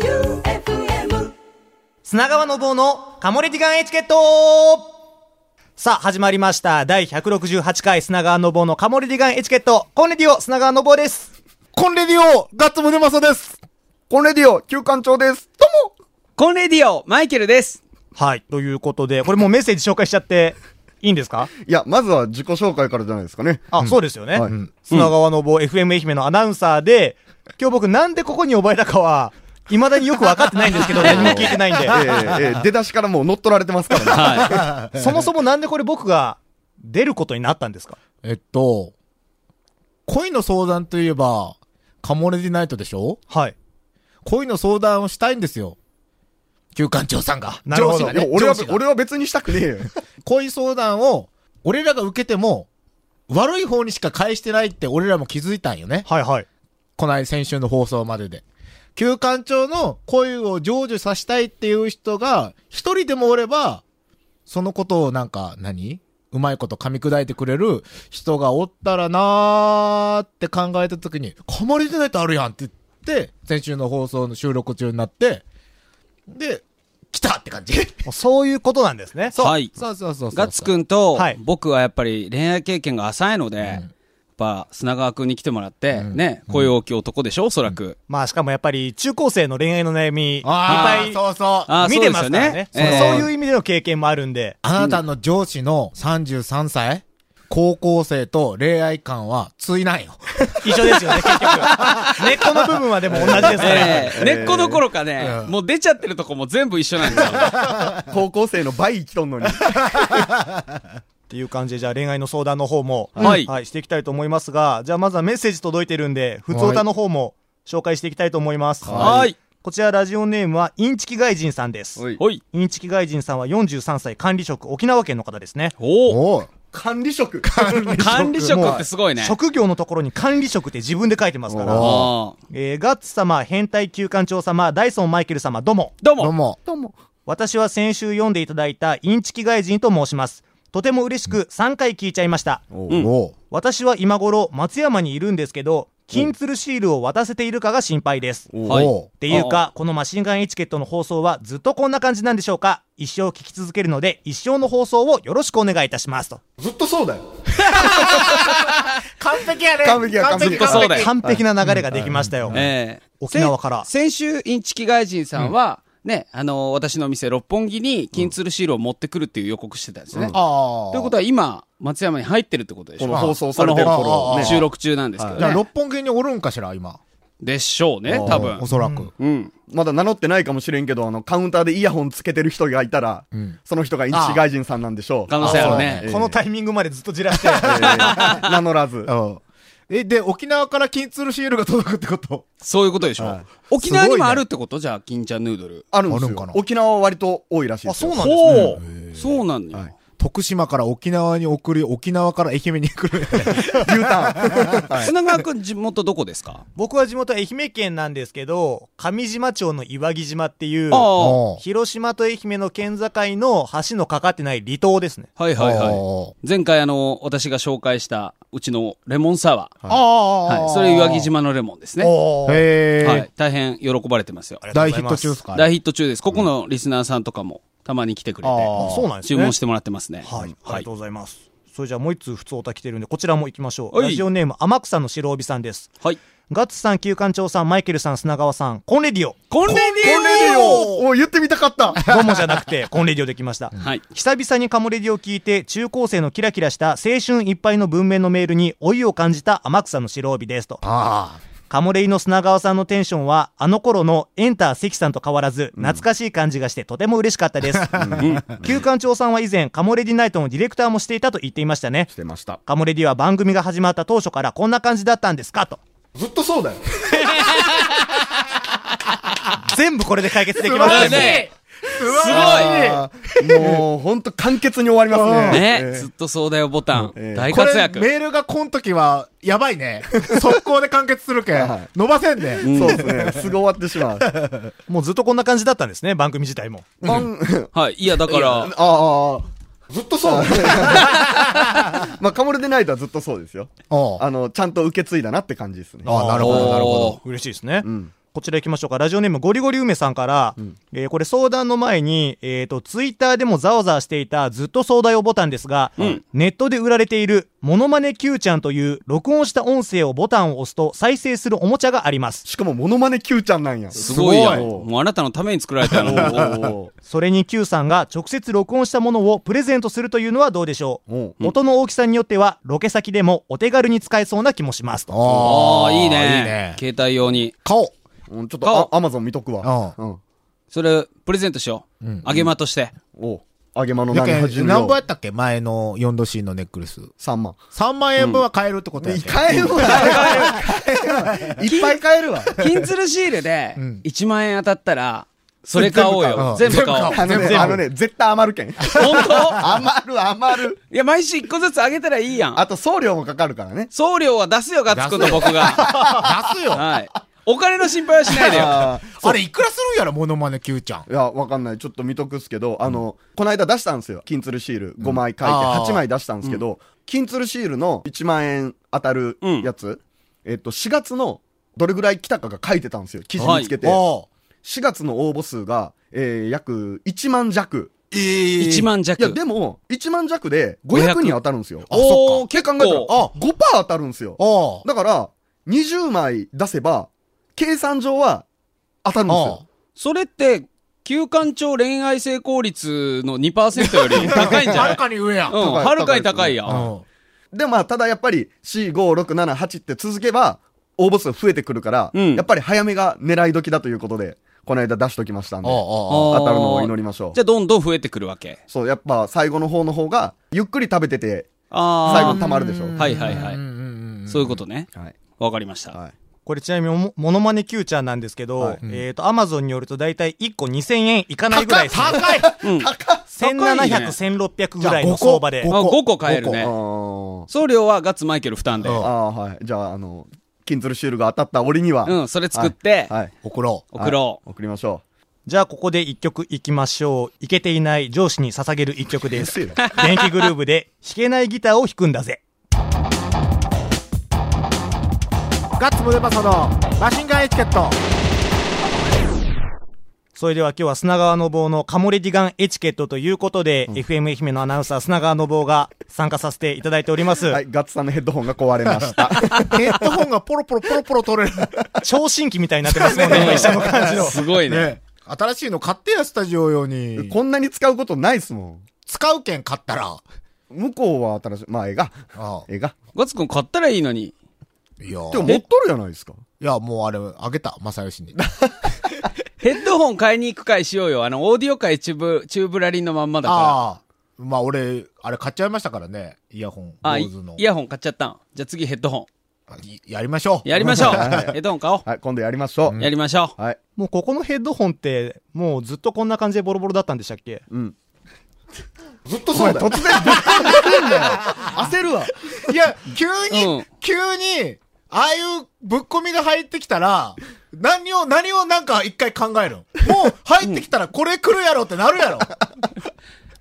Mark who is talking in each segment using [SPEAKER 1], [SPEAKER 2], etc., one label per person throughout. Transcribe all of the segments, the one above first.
[SPEAKER 1] J-O-E-U-F-M
[SPEAKER 2] 砂川の棒のカモレ時間エチケットさあ、始まりました。第168回砂川の棒のカモレ時間エチケット。コンレディオ、砂川の棒です。
[SPEAKER 3] コンレディオ、ガッツムネマソです。コンレディオ、旧館長です。どうも
[SPEAKER 4] コンレディオ、マイケルです。
[SPEAKER 2] はい。ということで、これもうメッセージ紹介しちゃ って、いいんですか
[SPEAKER 3] いや、まずは自己紹介からじゃないですかね。
[SPEAKER 2] あ、そうですよね。
[SPEAKER 3] はい
[SPEAKER 2] うん砂川の棒、FM 愛媛のアナウンサーで、今日僕なんでここに呼ばれたかは、未だによく分かってないんです けど、何も聞いてないん
[SPEAKER 3] え
[SPEAKER 2] で。
[SPEAKER 3] ーえー出だしからもう乗っ取られてますからね。
[SPEAKER 4] は
[SPEAKER 2] そもそもなんでこれ僕が出ることになったんですか
[SPEAKER 5] えっと、恋の相談といえば、カモレディナイトでしょ
[SPEAKER 2] はい。
[SPEAKER 5] 恋の相談をしたいんですよ。旧館長さんが。
[SPEAKER 2] なるほど
[SPEAKER 5] 上司が
[SPEAKER 3] いや
[SPEAKER 5] ね、
[SPEAKER 3] 俺は
[SPEAKER 5] 上司、が
[SPEAKER 3] 俺は別にしたくねえよ。
[SPEAKER 5] 恋相談を、俺らが受けても、悪い方にしか返してないって俺らも気づいたんよね。
[SPEAKER 2] はいはい。
[SPEAKER 5] こない先週の放送までで。旧館長の恋を成就させたいっていう人が、一人でもおれば、そのことをなんか何、うまいこと噛み砕いてくれる人がおったらなーって考えた時に、噛まれてないとあるやんって言って、先週の放送の収録中になって、で、来たっ て感じ。
[SPEAKER 2] もうそういうことなんですね。
[SPEAKER 5] そう。
[SPEAKER 4] はい
[SPEAKER 5] そうそうそうそう。
[SPEAKER 4] い。ガッツくんと
[SPEAKER 2] はい、
[SPEAKER 4] 僕はやっぱり恋愛経験が浅いので、やっぱ砂川くんに来てもらって、ね、声大きい男でしょ、おそらく。
[SPEAKER 2] まあしかもやっぱり中高生の恋愛の悩み、いっ
[SPEAKER 5] あ
[SPEAKER 2] ぱ
[SPEAKER 5] ー
[SPEAKER 2] い
[SPEAKER 5] そうそう。
[SPEAKER 4] あー
[SPEAKER 2] 見てますからね。
[SPEAKER 4] そ
[SPEAKER 2] そうう
[SPEAKER 4] ですよねえー
[SPEAKER 2] そういう意味での経験もあるんで。
[SPEAKER 5] あなたの上司の33歳、高校生と恋愛観はついないよ。
[SPEAKER 2] 一緒ですよね、 結局。根っこの部分はでも同じですから
[SPEAKER 4] え
[SPEAKER 2] ね。
[SPEAKER 4] え根っこどころかね、
[SPEAKER 5] うん
[SPEAKER 4] もう出ちゃってるとこも全部一緒なんですよ。
[SPEAKER 3] 高校生の倍生きとんのに。
[SPEAKER 2] っていう感じで、じゃあ恋愛の相談の方も、
[SPEAKER 4] はい
[SPEAKER 2] していきたいと思いますが、じゃあまずはメッセージ届いてるんで、普通歌の方も紹介していきたいと思います。
[SPEAKER 4] はーい。
[SPEAKER 2] こちらラジオネームは、インチキ外人さんです。
[SPEAKER 3] おい
[SPEAKER 4] ほい。
[SPEAKER 2] インチキ外人さんは43歳管理職、沖縄県の方ですね。
[SPEAKER 4] おお
[SPEAKER 5] おう
[SPEAKER 3] 管理職。管理
[SPEAKER 4] 管理職ってすごいね。
[SPEAKER 2] 職業のところに管理職って自分で書いてますから。
[SPEAKER 4] あー
[SPEAKER 2] えーガッツ様、変態旧館長様、ダイソンマイケル様、どうも。
[SPEAKER 4] どう
[SPEAKER 5] どう
[SPEAKER 4] も。
[SPEAKER 5] も。
[SPEAKER 2] 私は先週読んでいただいたインチキ外人と申します。とても嬉しく3回聞いちゃいました。
[SPEAKER 3] お
[SPEAKER 4] うん
[SPEAKER 5] おう
[SPEAKER 2] 私は今頃松山にいるんですけど、金鶴シールを渡せているかが心配です。っ
[SPEAKER 4] はい
[SPEAKER 5] おう
[SPEAKER 2] ていうか、このマシンガンエチケットの放送はずっとこんな感じなんでしょうか一生聞き続けるので、一生の放送をよろしくお願いいたしますと。
[SPEAKER 3] ずっとそうだよ。
[SPEAKER 5] 完璧やね
[SPEAKER 3] 完璧や完璧
[SPEAKER 4] ずっとそうだよ
[SPEAKER 2] 完璧な流れができましたよ。
[SPEAKER 4] ええ
[SPEAKER 2] 沖縄から
[SPEAKER 4] せ先週、インチキ外人さんは、ね、あのー私の店、六本木に金鶴シールを持ってくるっていう予告してたんですね。
[SPEAKER 5] あ
[SPEAKER 4] と
[SPEAKER 5] あ。
[SPEAKER 4] いうことは今、松山に入ってるってことでし
[SPEAKER 3] こ
[SPEAKER 4] ょ
[SPEAKER 3] の放送されてる
[SPEAKER 5] この
[SPEAKER 3] 頃
[SPEAKER 5] 放
[SPEAKER 3] ね。
[SPEAKER 5] 送
[SPEAKER 4] 収録中なんですけど
[SPEAKER 5] じゃあ、
[SPEAKER 4] ね。
[SPEAKER 5] 六本木におるんかしら、今。
[SPEAKER 4] でしょうね、多
[SPEAKER 5] お
[SPEAKER 4] 分。
[SPEAKER 5] そらく。
[SPEAKER 4] うん。
[SPEAKER 3] まだ名乗ってないかもしれんけど、あの、カウンターでイヤホンつけてる人がいたら、その人がインチキ外人さんなんでしょう。
[SPEAKER 4] 可能性あるね。
[SPEAKER 2] このタイミングまでずっとじらして、
[SPEAKER 3] えー名乗らず
[SPEAKER 5] う。ん。え、で、沖縄から金鶴シールが届くってこと
[SPEAKER 4] そういうことでしょう。沖縄にもあるってことじゃあ、金ちゃんヌードル。
[SPEAKER 3] あるんです
[SPEAKER 5] あるんか
[SPEAKER 3] よ
[SPEAKER 5] な。
[SPEAKER 3] 沖縄は割と多いらしいですよ。
[SPEAKER 2] あそうなんですね
[SPEAKER 4] ほう。そうなんだ
[SPEAKER 3] は
[SPEAKER 4] よ
[SPEAKER 3] い。
[SPEAKER 5] 徳島から沖縄に送り、沖縄から愛媛に来 る。
[SPEAKER 3] 牛 タン。
[SPEAKER 4] 砂川くん地元どこですか
[SPEAKER 2] 僕は地元愛媛県なんですけど、上島町の岩木島っていう、
[SPEAKER 4] あ
[SPEAKER 2] 広島と愛媛の県境の橋のかかってない離島ですね。
[SPEAKER 4] あ。はいはいはい。
[SPEAKER 5] い。
[SPEAKER 4] 前回あの、私が紹介した、うちのレモンサワー。
[SPEAKER 5] ああ。
[SPEAKER 4] はい。それ岩木。島のレモンですね。
[SPEAKER 2] おー
[SPEAKER 5] へ
[SPEAKER 4] は
[SPEAKER 5] え
[SPEAKER 4] い。。大変喜ばれてますよ。
[SPEAKER 2] ありがとう
[SPEAKER 5] 大
[SPEAKER 2] ござい
[SPEAKER 5] ヒッ
[SPEAKER 2] ま
[SPEAKER 5] ト
[SPEAKER 2] す
[SPEAKER 5] 中ですか
[SPEAKER 4] 大ヒット中です。ここのリスナーさんとかも、たまに来てくれ
[SPEAKER 5] あ
[SPEAKER 4] て、
[SPEAKER 2] あそうなんですね。
[SPEAKER 4] 注文してもらってますね。
[SPEAKER 2] はい、あり
[SPEAKER 4] は
[SPEAKER 2] が
[SPEAKER 4] い
[SPEAKER 2] とう。ございます。それじゃあもう一通普通おた来てるんで、こちらも行きましょう。
[SPEAKER 4] はい
[SPEAKER 2] ラジオネーム、天草の白帯さんです。
[SPEAKER 4] はい。
[SPEAKER 2] ガッツさん、旧館長さん、マイケルさん、砂川さん、コンレディオ。
[SPEAKER 4] コンレディ
[SPEAKER 3] コンレディオお言ってみたかった
[SPEAKER 2] どうもじゃなくて、コンレディオできました。
[SPEAKER 4] はい。
[SPEAKER 2] 久々にカモレディを聞いて、中高生のキラキラした青春いっぱいの文面のメールに老いを感じた天草の白帯ですと。
[SPEAKER 5] あ
[SPEAKER 2] カモレイの砂川さんのテンションは、あの頃のエンター関さんと変わらず、懐かしい感じがしてとても嬉しかったです。 旧館長さんは以前、カモレディナイトのディレクターもしていたと言っていましたね
[SPEAKER 3] し。てました。
[SPEAKER 2] カモレディは番組が始まった当初からこんな感じだったんですかと。
[SPEAKER 3] ずっとそうだよ。
[SPEAKER 2] 全部これで解決でき ましたね。
[SPEAKER 4] ねす
[SPEAKER 3] もう、ほんと簡潔に終わります
[SPEAKER 4] ごい
[SPEAKER 3] ね。
[SPEAKER 4] ね、ず
[SPEAKER 3] え
[SPEAKER 4] っとそうだよボタン
[SPEAKER 3] ええ。
[SPEAKER 4] 大
[SPEAKER 5] あ。これ
[SPEAKER 4] 活、躍。
[SPEAKER 5] メールがこん時は、やば いね。速攻で完結するけ
[SPEAKER 3] は
[SPEAKER 5] ん。伸ばせんね。
[SPEAKER 3] ーそうですね。すぐ終わってしまう。
[SPEAKER 2] もうずっとこんな感じだったんですね、番組自体も。
[SPEAKER 3] バン
[SPEAKER 4] はい。いや、だから、
[SPEAKER 3] ああ。ずっとそう まあ、カモレでないとはずっとそうですよ。
[SPEAKER 5] おう
[SPEAKER 3] あの、ちゃんと受け継いだなって感じですね。
[SPEAKER 5] ああ、なるほど、なるほど。
[SPEAKER 2] 嬉しいですね。こちら行きましょうか。ラジオネームゴリゴリ梅さんから、えーこれ相談の前に、えっ、と、ツイッターでもざわざわしていたずっと相談用ボタンですが、ネットで売られている、モノマネ Q ちゃんという録音した音声をボタンを押すと再生するおもちゃがあります。
[SPEAKER 3] しかもモノマネ Q ちゃんなんや。
[SPEAKER 4] すごいやん。
[SPEAKER 3] お
[SPEAKER 4] もうあなたのために作られたの。
[SPEAKER 3] お
[SPEAKER 2] それに Q さんが直接録音したものをプレゼントするというのはどうでしょ
[SPEAKER 3] おう
[SPEAKER 2] う。音の大きさによっては、ロケ先でもお手軽に使えそうな気もします。と
[SPEAKER 4] あ
[SPEAKER 5] あ
[SPEAKER 4] あ、いい
[SPEAKER 5] いい
[SPEAKER 4] ね
[SPEAKER 5] ね。
[SPEAKER 4] 携帯用に。
[SPEAKER 5] 顔。
[SPEAKER 3] うんちょっとあアマゾン見とくわ。
[SPEAKER 5] う
[SPEAKER 3] うん。
[SPEAKER 4] それ、プレゼントしよう。あげまとして。
[SPEAKER 3] おう揚げまの
[SPEAKER 5] だ
[SPEAKER 3] 何
[SPEAKER 5] け
[SPEAKER 3] 始
[SPEAKER 5] ど
[SPEAKER 3] め
[SPEAKER 5] 何
[SPEAKER 3] よ
[SPEAKER 5] 本やったっけ前の 4°C のネックレス。
[SPEAKER 3] 3万。
[SPEAKER 5] 3万円分は買えるってことやね。
[SPEAKER 3] 買えるわ。 いっぱい買えるわ。
[SPEAKER 4] 金鶴シールで
[SPEAKER 5] ん
[SPEAKER 4] 1万円当たったら、それ買おうよ。全
[SPEAKER 5] 全
[SPEAKER 4] 部
[SPEAKER 5] 部
[SPEAKER 4] 買
[SPEAKER 5] 買
[SPEAKER 4] お
[SPEAKER 5] お
[SPEAKER 4] う
[SPEAKER 5] う。
[SPEAKER 3] あのね、あのね、絶対余るけん。
[SPEAKER 4] 本当
[SPEAKER 3] 余る、余る。
[SPEAKER 4] いや、毎週1個ずつあげたらいいやん。
[SPEAKER 3] あと送料もかかるからね。
[SPEAKER 4] 送料は出すよ、ガッツくんと僕が。
[SPEAKER 5] 出すよ。あ
[SPEAKER 4] はい。お金の心配はしないでよ。
[SPEAKER 3] あ
[SPEAKER 5] れいくらするんやろ、モノマネ Q ちゃん
[SPEAKER 3] ー。いや、わかんない。ちょっと見とくっすけど、あの、この間出したんですよ。金鶴シール5枚書いて、
[SPEAKER 5] あー
[SPEAKER 3] 8枚出したんですけど、金鶴シールの1万円当たるやつ、えっと、4月のどれぐらい来たかが書いてたんですよ。記事につけて。
[SPEAKER 5] お
[SPEAKER 3] 4月の応募数が、えー、約1万弱。
[SPEAKER 5] ええ
[SPEAKER 4] 1
[SPEAKER 3] い
[SPEAKER 4] 万
[SPEAKER 3] や、
[SPEAKER 4] 弱。
[SPEAKER 3] でも、1万弱で500人当たるんですよ。
[SPEAKER 5] あそ
[SPEAKER 4] お
[SPEAKER 5] っ
[SPEAKER 4] ー、
[SPEAKER 3] 結果
[SPEAKER 4] 結
[SPEAKER 3] 考えたら、
[SPEAKER 4] 構。
[SPEAKER 3] あ、5%当たるんですよ。
[SPEAKER 5] お
[SPEAKER 3] だから、20枚出せば、計算上は当たるんですよ
[SPEAKER 5] お。
[SPEAKER 4] それって、休館長恋愛成功率の2%より高いんじゃ
[SPEAKER 5] は
[SPEAKER 4] ない
[SPEAKER 5] るかに上やん。う
[SPEAKER 4] うんん、
[SPEAKER 3] 高い
[SPEAKER 4] はるかに高いやん。
[SPEAKER 3] で、まあ、ただやっぱり、4、5、6、7、8って続けば、応募数増えてくるから、
[SPEAKER 4] うん
[SPEAKER 3] やっぱり早めが狙い時だということで、この間出しときましたんで、
[SPEAKER 5] おうおうおう
[SPEAKER 3] 当たるのを祈りましょう
[SPEAKER 4] じゃ。あ、どんどん増えてくるわけ。
[SPEAKER 3] そう、やっぱ最後の方の方が、ゆっくり食べてて、
[SPEAKER 4] ああ。
[SPEAKER 3] 最後溜まるでしょ。
[SPEAKER 4] はいはいはい。
[SPEAKER 5] うんうんうん
[SPEAKER 4] そういうことね。
[SPEAKER 3] はい。
[SPEAKER 4] わかりました。
[SPEAKER 3] はい。
[SPEAKER 2] これちなみにも、モノマネ Q ちゃんなんですけど、えっと、アマゾンによると大体1個2000円いかないぐら
[SPEAKER 5] 高
[SPEAKER 2] い
[SPEAKER 5] い
[SPEAKER 2] する。
[SPEAKER 5] 高い
[SPEAKER 4] 高いね
[SPEAKER 2] 1700、1600ぐらいの相場で
[SPEAKER 5] じゃ。
[SPEAKER 4] あ、
[SPEAKER 5] 五個
[SPEAKER 4] 5個買える
[SPEAKER 3] あ
[SPEAKER 4] ね。
[SPEAKER 3] ー
[SPEAKER 4] 送料はガッツマイケル負担で。
[SPEAKER 5] うん
[SPEAKER 3] あー、はい。じゃあ、あの、金鶴シールが当たった俺には、
[SPEAKER 4] うん、それ作って、
[SPEAKER 3] はい。はい
[SPEAKER 5] 送ろう。
[SPEAKER 4] 送ろ
[SPEAKER 3] 送りましょ
[SPEAKER 2] じゃあここで一曲いきましょう。いけていない上司に捧げる一曲です。
[SPEAKER 3] うる
[SPEAKER 2] 電気グルーブで弾けないギターを弾くんだぜ。
[SPEAKER 5] ガッツムデパソのマシンガンエチケット。
[SPEAKER 2] それでは今日は砂川の棒のカモレディガンエチケットということで、FM 愛媛のアナウンサー砂川の棒が参加させていただいております。
[SPEAKER 3] う。はい。ガッツさんのヘッドホンが壊れました。
[SPEAKER 5] ヘッドホンがポロポロポロポロ取れる。
[SPEAKER 2] 聴診器みたいになってます もんね、今医者の感じ
[SPEAKER 4] う。
[SPEAKER 2] の。
[SPEAKER 4] すごいね。
[SPEAKER 5] ね新しいの買ってや、スタジオ用に。
[SPEAKER 3] こんなに使うことないっすも
[SPEAKER 5] 使う券買った ら。
[SPEAKER 3] ん。向こうは新しい。まあ、絵が。
[SPEAKER 5] あ
[SPEAKER 3] 絵が。
[SPEAKER 4] ガッツくん買ったらいいのに。
[SPEAKER 5] あいや、
[SPEAKER 3] でも持っとるじゃないですか。
[SPEAKER 5] いや、もうあれ、あげた、正義に。
[SPEAKER 4] ヘッドホン買いに行く会しようよ。あの、オーディオ会チューブ、チューブラリンのまんまだか
[SPEAKER 5] ああ。まあ俺、あれ買っちゃいましたからね。イヤホン。
[SPEAKER 4] ら。あ、
[SPEAKER 5] 坊
[SPEAKER 4] い
[SPEAKER 5] 主の
[SPEAKER 4] イヤホン買っちゃったん。じゃあ次ヘッドホ
[SPEAKER 5] いやりましょう。
[SPEAKER 4] ン。やりましょう。ヘ
[SPEAKER 3] はい
[SPEAKER 4] ッドホン買おう。
[SPEAKER 3] はい、今度やりましょう。
[SPEAKER 4] やりましょう。
[SPEAKER 3] はい。
[SPEAKER 2] もうここのヘッドホンって、もうずっとこんな感じでボロボロだったんでしたっけ
[SPEAKER 3] うん。
[SPEAKER 5] ずっと
[SPEAKER 3] お前突然ぶっ飛んでくんなよ。焦るわ。
[SPEAKER 5] いや、急に、
[SPEAKER 4] うん
[SPEAKER 5] 急に、ああいうぶっ込みが入ってきたら、何を、何をなんか一回考えるんもう入ってきたらこれ来るやろってなるやろ。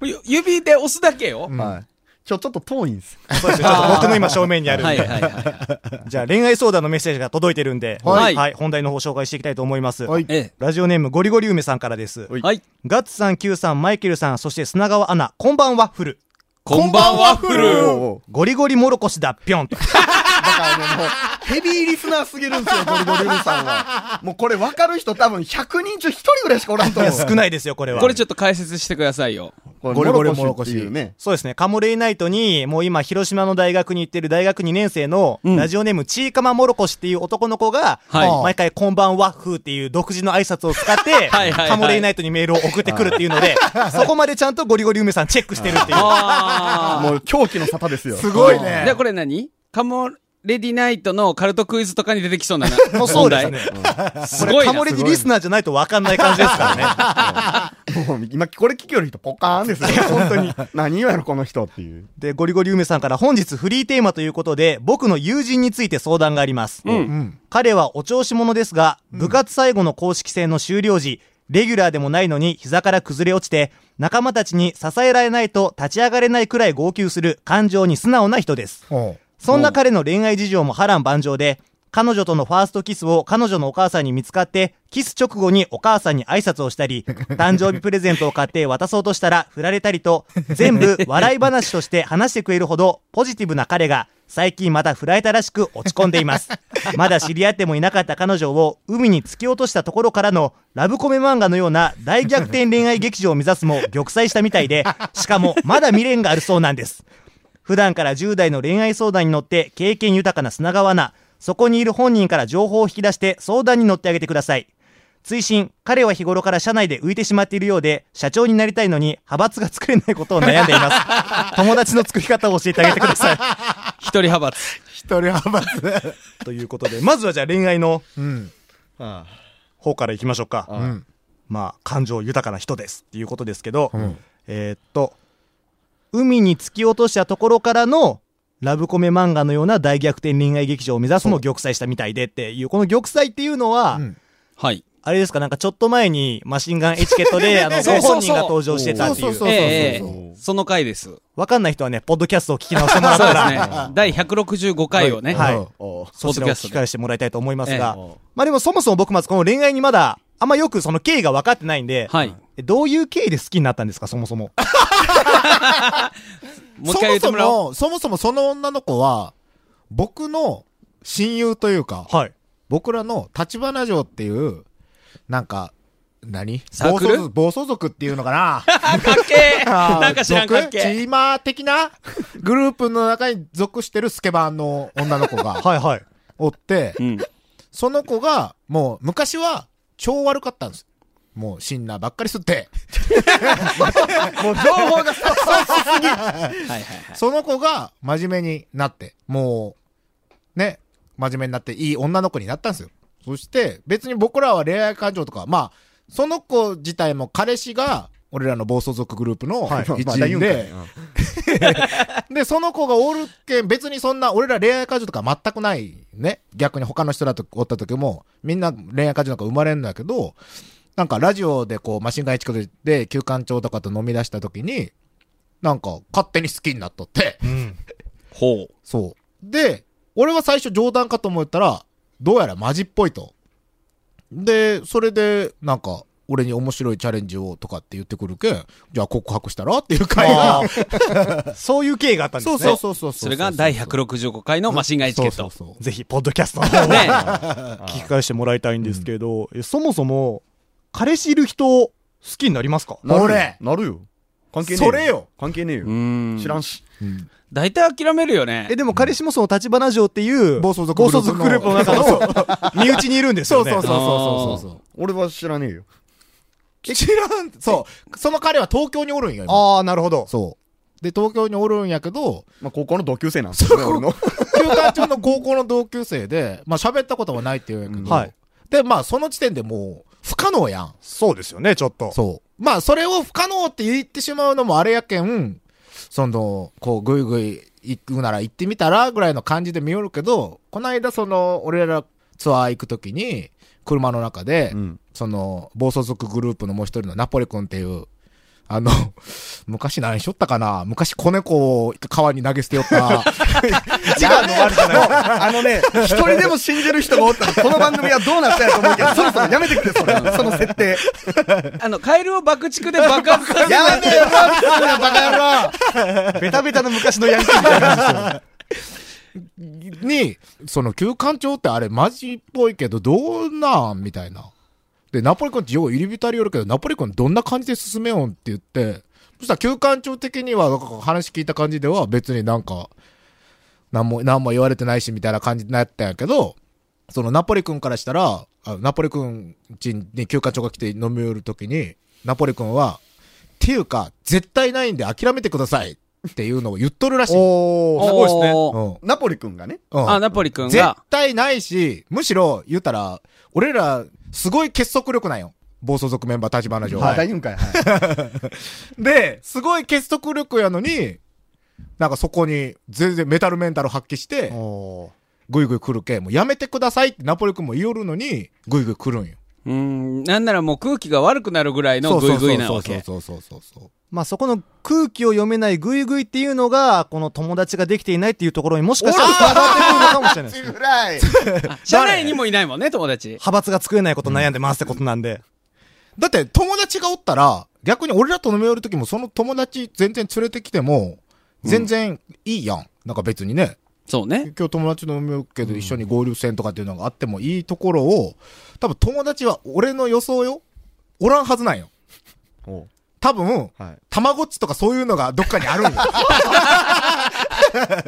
[SPEAKER 4] ゆ指で押すだけよ。
[SPEAKER 3] はい。ちょ、ちょっと遠いんです。
[SPEAKER 2] そうですよ。ちょっと僕の今正面にあるんで。
[SPEAKER 4] はいはいはい。
[SPEAKER 2] じゃあ恋愛相談のメッセージが届いてるんで、
[SPEAKER 4] はい
[SPEAKER 2] 本題の方紹介していきたいと思います。
[SPEAKER 5] はい
[SPEAKER 4] え
[SPEAKER 2] ラジオネームゴリゴリ梅さんからです。
[SPEAKER 3] はい
[SPEAKER 4] え。はい。
[SPEAKER 2] ガッツさん、Q さん、マイケルさん、そして砂川アナ、こんばんは、フル。
[SPEAKER 4] こんばんは、フ
[SPEAKER 3] おう
[SPEAKER 4] ル。
[SPEAKER 3] おう
[SPEAKER 2] ゴリゴリもろこしだ、ぴょんと。
[SPEAKER 3] だからね、もう、ヘビーリスナーすぎるんですよ、ゴリゴリルさんは。もうこれ分かる人多分100人中1人ぐらいしかおらんと思う。
[SPEAKER 2] 少ないですよ、これは。
[SPEAKER 4] これちょっと解説してくださいよ。
[SPEAKER 3] これ
[SPEAKER 5] ゴリゴリ
[SPEAKER 3] モロコシっていう
[SPEAKER 5] モロコシ
[SPEAKER 3] ね。
[SPEAKER 2] そうですね。カモレイナイトに、もう今、広島の大学に行ってる大学2年生の、ラジオネーム、ちいかまもろこしっていう男の子が、
[SPEAKER 4] はい
[SPEAKER 2] 毎回、こんばんは、ふーっていう独自の挨拶を使って、
[SPEAKER 4] はいはい
[SPEAKER 2] カモレイナイトにメールを送ってくるっていうの で、そこまでちゃんとゴリゴリ梅さんチェックしてるっていう。
[SPEAKER 4] あ
[SPEAKER 3] もう狂気の沙汰ですよ。
[SPEAKER 5] すごい
[SPEAKER 4] あ。
[SPEAKER 5] ね。
[SPEAKER 4] じゃあこれ何カモレディナイトのカルトクイズとかに出てきそうなな。
[SPEAKER 2] もうそうですね。
[SPEAKER 4] 問題。す
[SPEAKER 2] これ
[SPEAKER 4] ごい
[SPEAKER 2] カ
[SPEAKER 4] な。
[SPEAKER 2] モレディリスナーじゃないと分かんない感じですからね。
[SPEAKER 3] もう今、これ聞きよる人ポカーンですよ。本当に。何言うやろ、この人っていう。
[SPEAKER 2] で、ゴリゴリ梅さんから本日フリーテーマということで、僕の友人について相談があります。彼はお調子者ですが、部活最後の公式戦の終了時、レギュラーでもないのに膝から崩れ落ちて、仲間たちに支えられないと立ち上がれないくらい号泣する感情に素直な人です。
[SPEAKER 5] うん
[SPEAKER 2] そんな彼の恋愛事情も波乱万丈で、彼女とのファーストキスを彼女のお母さんに見つかって、キス直後にお母さんに挨拶をしたり、誕生日プレゼントを買って渡そうとしたら振られたりと、全部笑い話として話してくれるほどポジティブな彼が、最近また振られたらしく落ち込んでいます。まだ知り合ってもいなかった彼女を海に突き落としたところからのラブコメ漫画のような大逆転恋愛劇場を目指すも玉砕したみたいで、しかもまだ未練があるそうなんです。普段から10代の恋愛相談に乗って経験豊かな砂川アナ、そこにいる本人から情報を引き出して相談に乗ってあげてください。追伸、彼は日頃から社内で浮いてしまっているようで、社長になりたいのに派閥が作れないことを悩んでい ます。友達の作り方を教えてあげてください。
[SPEAKER 4] 一人派閥。
[SPEAKER 5] 一人派 閥。
[SPEAKER 2] ということで、まずはじゃあ恋愛の
[SPEAKER 5] うん。
[SPEAKER 2] 方からいきましょうか。
[SPEAKER 5] うん。
[SPEAKER 2] まあ、感情豊かな人ですっていうことですけど、
[SPEAKER 5] ん
[SPEAKER 2] えーっと、海に突き落としたところからの、ラブコメ漫画のような大逆転恋愛劇場を目指すも玉砕したみたいでっていう、この玉砕っていうのは、
[SPEAKER 5] ん
[SPEAKER 4] はい。
[SPEAKER 2] あれですか、なんかちょっと前にマシンガンエチケットで、あの、
[SPEAKER 4] そうそう
[SPEAKER 2] ご
[SPEAKER 4] そう
[SPEAKER 2] 本人が登場してたって
[SPEAKER 5] そう
[SPEAKER 2] い
[SPEAKER 5] そうそう
[SPEAKER 2] う。
[SPEAKER 5] そう
[SPEAKER 4] ええええその回です。そう
[SPEAKER 2] わかんない人はね、ポッドキャストを聞き直してもら
[SPEAKER 4] で
[SPEAKER 2] っ
[SPEAKER 4] すね
[SPEAKER 2] た ら、。
[SPEAKER 4] 第165回をね。
[SPEAKER 2] はい
[SPEAKER 5] うん
[SPEAKER 3] おう
[SPEAKER 2] そちらを聞き返してもらいたいと思いますが
[SPEAKER 4] え、
[SPEAKER 2] まあでもそもそも僕まずこの恋愛にまだ、あんまよくその経緯が分かってないんで、
[SPEAKER 4] はい
[SPEAKER 2] どういう経緯で好きになったんですか、そもそも。
[SPEAKER 4] もう一回言ってもらおう。
[SPEAKER 5] そもそも、そもその女の子は、僕の親友というか、
[SPEAKER 2] はい。
[SPEAKER 5] 僕らの立花城っていう、なんか、何
[SPEAKER 4] サークル
[SPEAKER 5] 暴走族暴走族っていうのかな
[SPEAKER 4] あ、かっけえ なんか知らんかっ
[SPEAKER 5] 族チ
[SPEAKER 4] けえ
[SPEAKER 5] ーマー 的なグループの中に属してるスケバンの女の子が
[SPEAKER 2] はいはい。
[SPEAKER 5] おって、
[SPEAKER 4] うん。
[SPEAKER 5] その子が、もう昔は超悪かったんです。もうシンナーばっかり吸って。
[SPEAKER 4] もう情報がはいはいはい。
[SPEAKER 5] その子が真面目になって、もう、ね、真面目になっていい女の子になったんですよ。そして、別に僕らは恋愛感情とか、まあ、その子自体も彼氏が、俺らの暴走族グループの
[SPEAKER 3] まあ
[SPEAKER 5] 一
[SPEAKER 3] まだ言
[SPEAKER 5] 員
[SPEAKER 3] うんかい
[SPEAKER 5] で、で、その子がおるけん、別にそんな、俺ら恋愛感情とか全くないね。逆に他の人らとおった時も、みんな恋愛感情なんか生まれるんだけど、なんかラジオでこう、マシンガンエチケットで休館長とかと飲み出した時に、なんか勝手に好きになっとって、
[SPEAKER 2] うん。
[SPEAKER 4] ほう。
[SPEAKER 5] そう。で、俺は最初冗談かと思ったら、どうやらマジっぽいと。で、それで、なんか、俺に面白いチャレンジをとかって言ってくるけん、じゃあ告白したらっていう会が
[SPEAKER 2] あ。ーそういう経緯があったんです
[SPEAKER 5] そう
[SPEAKER 2] ね。
[SPEAKER 5] そうそうそうう。
[SPEAKER 4] それが第165回のマシンガンエチケッ
[SPEAKER 5] そう
[SPEAKER 4] ト。
[SPEAKER 5] そうそう
[SPEAKER 2] ぜひ、ポッドキャストの方を
[SPEAKER 4] ね
[SPEAKER 2] ね、 聞き返してもらいたいんですけど、えそもそも、彼氏いる人、好きになりますか
[SPEAKER 3] なるよ
[SPEAKER 5] 俺
[SPEAKER 3] なるよ。関係ねえ
[SPEAKER 5] それよ
[SPEAKER 3] 関係ねえよ
[SPEAKER 4] う。ん。
[SPEAKER 3] 知らんし。
[SPEAKER 4] 大体諦めるよね
[SPEAKER 2] え、。でも彼氏もその立花城っていう、
[SPEAKER 5] 暴走族
[SPEAKER 2] 暴
[SPEAKER 5] グループ
[SPEAKER 2] 走
[SPEAKER 5] の
[SPEAKER 2] 族グループの中の、身内にいるんです
[SPEAKER 5] そ
[SPEAKER 2] よ
[SPEAKER 5] う
[SPEAKER 2] ね。
[SPEAKER 5] そうそうそうそうそう。
[SPEAKER 3] 俺は知らねえよ。
[SPEAKER 5] 知らん、そう。その彼は東京におるんよ、今。
[SPEAKER 2] ああ、なるほど。
[SPEAKER 5] そう。で、東京におるんやけど、
[SPEAKER 3] まあ、高校の同級生なんですよね、俺の。
[SPEAKER 5] 休館長の高校の同級生で、まあ喋ったことはないって言うんやけど、
[SPEAKER 2] はい
[SPEAKER 5] で、まあその時点でもう不可能やん。
[SPEAKER 2] そうですよね、ちょっと。
[SPEAKER 5] そう。まあそれを不可能って言ってしまうのもあれやけん、その、こうぐいぐい行くなら行ってみたらぐらいの感じで見よるけど、こないだその、俺らツアー行く時に、車の中で、
[SPEAKER 3] うん
[SPEAKER 5] その、暴走族グループのもう一人のナポリ君っていう、あの、 昔何しよったかな昔子猫を川に投げ捨てよった。
[SPEAKER 2] 違うのもあるじゃないですか。
[SPEAKER 3] あのね、一人でも信じる人がおったら、この番組はどうなったやと思うけ ど、そろそろやめてくれ、それ。その設定。
[SPEAKER 4] あの、カエルを爆竹で爆発させ る。
[SPEAKER 3] やめてよ、バカ野郎
[SPEAKER 2] ベタベタの昔のヤンキーみたいな感じですよね。
[SPEAKER 5] に、その旧館長ってあれマジっぽいけど、どうなんみたいな。で、ナポリ君ってよう入り浸りよるけど、ナポリ君どんな感じで進めよんって言って、そしたら旧館長的には、なんか話聞いた感じでは別になんか、なんも、なんも言われてないしみたいな感じになったんやけど、そのナポリ君からしたら、あナポリ君家に休館長が来て飲み寄るときに、ナポリ君は、っていうか、絶対ないんで諦めてくださいっていうのを言っとるらしい。
[SPEAKER 2] おー、すごいですね。
[SPEAKER 4] おー
[SPEAKER 5] うん
[SPEAKER 3] ナポリ君がね。
[SPEAKER 5] うん
[SPEAKER 4] あ、ナポリ君
[SPEAKER 5] 絶
[SPEAKER 4] が。
[SPEAKER 5] 対ないし、むしろ言うたら、俺ら、すごい結束力なんよ。暴走族メンバー立花城。
[SPEAKER 3] まあ大丈夫かい。はい
[SPEAKER 5] で、すごい結束力やのに、なんかそこに全然メタルメンタル発揮して、
[SPEAKER 2] お
[SPEAKER 5] ぐいぐい来るけ、もうやめてくださいってナポリ君も言いよるのに、ぐいぐい来るんよ。
[SPEAKER 4] うーん。なんならもう空気が悪くなるぐらいのグイグイなわけ。
[SPEAKER 5] そうそうそうそうそうそう。
[SPEAKER 2] まあそこの空気を読めないグイグイっていうのが、この友達ができていないっていうところにもしかしたら繋がってくるのかもしれないですね。
[SPEAKER 3] ぐら い。
[SPEAKER 4] 社内にもいないもんね、友達。
[SPEAKER 2] 派閥が作れないこと悩んでますってことなんで。
[SPEAKER 5] だって友達がおったら、逆に俺らと飲み寄る時もその友達全然連れてきても、全然いいやん。なんか別にね。
[SPEAKER 4] そうね。
[SPEAKER 5] 今日友達と飲み寄るけど一緒に合流戦とかっていうのがあってもいいところを、多分友達は俺の予想よ。おらんはずなんよ。多分、
[SPEAKER 3] はい
[SPEAKER 5] たまごっちとかそういうのがどっかにあるんよ。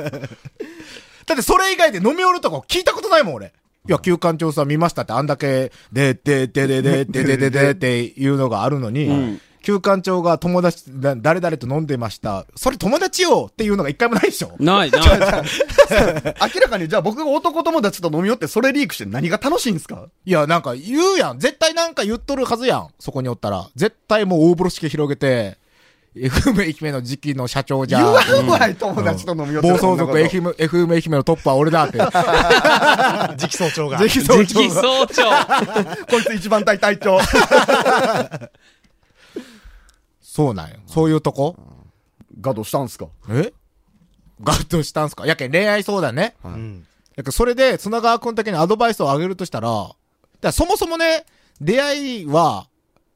[SPEAKER 5] だってそれ以外で飲み寄るとか聞いたことないもん、俺。いや、休館長さん見ましたってあんだけ、で、で、で、で、で、で、で、で、で、っていうのがあるのに、休館長が友達、だ誰々と飲んでました。それ友達よっていうのが一回もないでしょ
[SPEAKER 4] ない、ない。
[SPEAKER 3] 明らかに、じゃあ僕が男友達と飲み寄ってそれリークして何が楽しいんですか
[SPEAKER 5] いや、なんか言うやん。絶対なんか言っとるはずやん。そこにおったら。絶対もう大風呂敷広げて、FM 愛媛の次期の社長じゃ
[SPEAKER 3] 言わんわい、友達と飲み寄って。
[SPEAKER 5] 暴走族 FM, FM 愛媛のトップは 俺だって。
[SPEAKER 2] 次期総長が。
[SPEAKER 5] ぜひそう
[SPEAKER 4] 次期総長。
[SPEAKER 3] こいつ一番隊隊長。
[SPEAKER 5] そうなんよ。そういうとこ
[SPEAKER 3] ガドしたんすか
[SPEAKER 5] えガッとしたんすかやけん恋愛相談ね。
[SPEAKER 2] うん
[SPEAKER 5] やけんそれで、砂川くんだけにアドバイスをあげるとしたら、だからそもそもね、出会いは、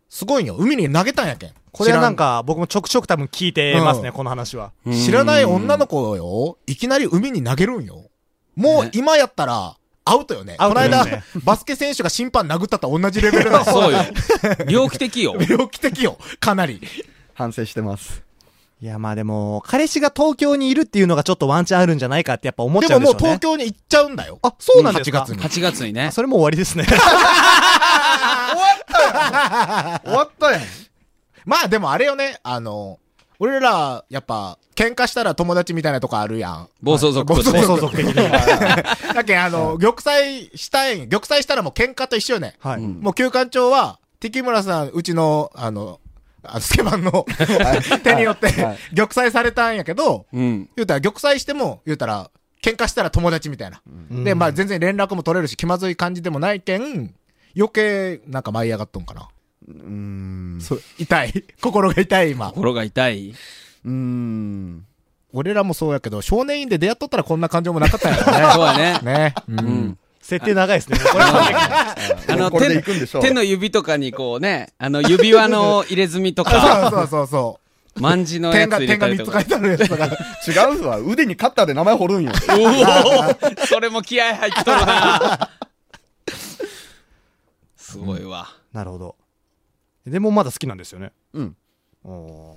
[SPEAKER 5] すごいんよ。海に投げたんやけん。
[SPEAKER 2] これはなん
[SPEAKER 5] か
[SPEAKER 2] か、僕もちょくちょく多分聞いてますね、
[SPEAKER 5] うん
[SPEAKER 2] この話は。
[SPEAKER 5] 知らない女の子をよ、いきなり海に投げるんよ。もう
[SPEAKER 4] ね
[SPEAKER 5] 今やったら、アウトよね。
[SPEAKER 2] アウ
[SPEAKER 5] こ
[SPEAKER 2] ト
[SPEAKER 5] の
[SPEAKER 2] だよね
[SPEAKER 5] 間、バスケ選手が審判殴ったと同じレベル の。
[SPEAKER 4] そうよ。猟奇的よ。
[SPEAKER 5] 病気的よ。かなり。
[SPEAKER 3] 反省してます。
[SPEAKER 2] いや、まあでも、彼氏が東京にいるっていうのがちょっとワンチャンあるんじゃないかってやっぱ思っち
[SPEAKER 5] で
[SPEAKER 2] ゃう
[SPEAKER 5] も
[SPEAKER 2] んでし
[SPEAKER 5] も
[SPEAKER 2] ょう
[SPEAKER 5] う
[SPEAKER 2] ね。
[SPEAKER 5] 東京に行っちゃうんだよ。
[SPEAKER 2] あ、そうなんですか
[SPEAKER 5] ?8 月に。
[SPEAKER 4] 8月にね。
[SPEAKER 2] それもう終わりですね。
[SPEAKER 3] 終わったやん。
[SPEAKER 5] まあでもあれよね、あの、俺ら、やっぱ、喧嘩したら友達みたいなとこあるやん。
[SPEAKER 4] 暴走族
[SPEAKER 5] 暴走
[SPEAKER 2] 放送
[SPEAKER 5] 族
[SPEAKER 2] 続的に。
[SPEAKER 5] だけんあの、玉砕したいん、玉砕したらもう喧嘩と一緒よね。
[SPEAKER 2] はい。
[SPEAKER 5] もう休館長は、敵村さん、うちの、あの、あのスケバ ンの手によって、玉砕されたんやけど、
[SPEAKER 4] うん。
[SPEAKER 5] 言うたら、玉砕しても、言うたら、喧嘩したら友達みたいな。で、まあ全然連絡も取れるし、気まずい感じでもないけん、余計、なんか舞い上がっとんかな。
[SPEAKER 3] うん。
[SPEAKER 5] そう、痛い。 心が痛い、今。
[SPEAKER 4] 心が痛い。
[SPEAKER 3] うん。
[SPEAKER 5] 俺らもそうやけど、少年院で出会っとったらこんな感情もなかったんや
[SPEAKER 4] そ
[SPEAKER 5] ろ
[SPEAKER 4] うやね。
[SPEAKER 5] ね。ね。う。
[SPEAKER 4] うんん。
[SPEAKER 2] 設定長いですね。これは
[SPEAKER 4] あの、
[SPEAKER 3] これで
[SPEAKER 4] 手の
[SPEAKER 3] 行くんでしょう
[SPEAKER 4] 手の指とかにこうね、あの、指輪の入れ墨と
[SPEAKER 5] そう
[SPEAKER 4] か、
[SPEAKER 5] そうそう そ
[SPEAKER 4] まんじ
[SPEAKER 5] う。
[SPEAKER 4] のや
[SPEAKER 5] 点
[SPEAKER 4] つ
[SPEAKER 5] が、
[SPEAKER 4] 入れ
[SPEAKER 5] 点が
[SPEAKER 4] たり
[SPEAKER 5] 3
[SPEAKER 4] と
[SPEAKER 5] つ
[SPEAKER 4] か
[SPEAKER 5] 書い。てあるやつが。
[SPEAKER 3] 違うわ。腕にカッターで名前掘るんよ。
[SPEAKER 4] おおそれも気合入っとるな。すごいわ。
[SPEAKER 2] なるほど。でもまだ好きなんですよね。
[SPEAKER 3] うん。
[SPEAKER 2] おー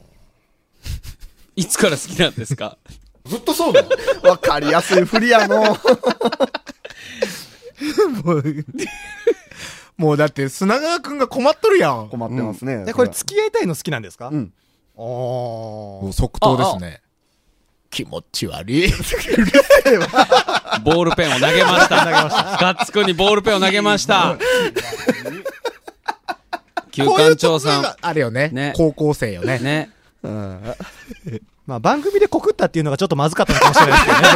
[SPEAKER 4] いつから好きなんですか
[SPEAKER 3] ずっとそうだよ。わかりやすい振りやの。
[SPEAKER 5] もうもうだって、砂川くんが困っとるやん。
[SPEAKER 3] 困ってますね。
[SPEAKER 2] で、これ付き合いたいの好きなんですか
[SPEAKER 3] うん。
[SPEAKER 2] お
[SPEAKER 5] も
[SPEAKER 2] ー
[SPEAKER 5] う即答ですね。気持ち悪 い。
[SPEAKER 4] ボールペンを投げました。ガッツくんにボールペンを投げました。休館
[SPEAKER 5] こういうとこ
[SPEAKER 4] 長
[SPEAKER 5] が
[SPEAKER 4] さ
[SPEAKER 5] あれよね。
[SPEAKER 4] ね
[SPEAKER 5] 高校生よね。
[SPEAKER 4] ん。ね。
[SPEAKER 2] まあ番組で告ったっていうのがちょっとまずかったのかもしれないですけどね。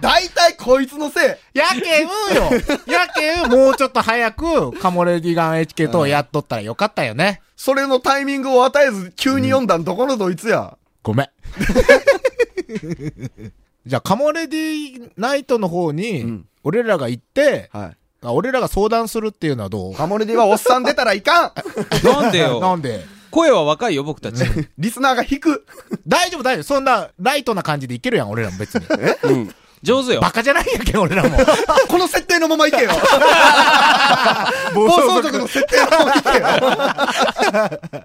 [SPEAKER 3] だいたいこいつのせい。
[SPEAKER 5] やけんよ。やけん、もうちょっと早く、カモレディガン HK とやっとったらよかったよね。
[SPEAKER 3] それのタイミングを与えず、急に読んだんどこのどいつや。
[SPEAKER 5] ごめん。 じゃあ、カモレディナイトの方
[SPEAKER 3] う
[SPEAKER 5] に
[SPEAKER 3] ん、
[SPEAKER 5] 俺らが行って、
[SPEAKER 3] はい。
[SPEAKER 5] あ俺らが相談するっていうのはどう
[SPEAKER 3] カモレディはおっさん出たらいかん
[SPEAKER 4] なんで
[SPEAKER 5] な
[SPEAKER 4] よ。
[SPEAKER 5] んで
[SPEAKER 4] 声は若いよ、僕たち。
[SPEAKER 3] リスナーが引く。
[SPEAKER 5] 大丈夫大丈夫。そんな、ライトな感じでいけるやん、俺らも別に。
[SPEAKER 4] うん。上手よ
[SPEAKER 5] バ。カじゃないやんけん、俺らも。
[SPEAKER 3] この設定のままい けよ。暴走族の設定のままいけよ。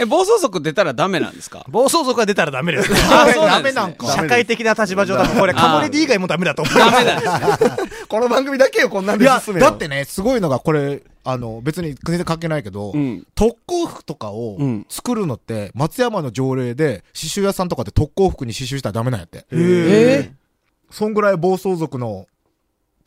[SPEAKER 4] え、暴走族出たらダメなんですか
[SPEAKER 2] 暴走族が出たらダメです。
[SPEAKER 4] あそうな
[SPEAKER 5] ダ
[SPEAKER 4] んで
[SPEAKER 5] メ
[SPEAKER 4] すね
[SPEAKER 5] なんか。
[SPEAKER 2] 社会的な立場上だとこれカモレディ以外もダメだと思う。
[SPEAKER 4] ダメだよね。
[SPEAKER 3] この番組だけよ、こんなん
[SPEAKER 5] い
[SPEAKER 3] で
[SPEAKER 5] や、
[SPEAKER 3] 進めよ
[SPEAKER 5] だってね、すごいのが、これ、あの、別に全然関係ないけど、
[SPEAKER 4] うん
[SPEAKER 5] 特攻服とかを
[SPEAKER 4] うん
[SPEAKER 5] 作るのって、松山の条例で、刺繍屋さんとかで特攻服に刺繍したらダメなんやって。
[SPEAKER 4] え
[SPEAKER 5] そんぐらい暴走族の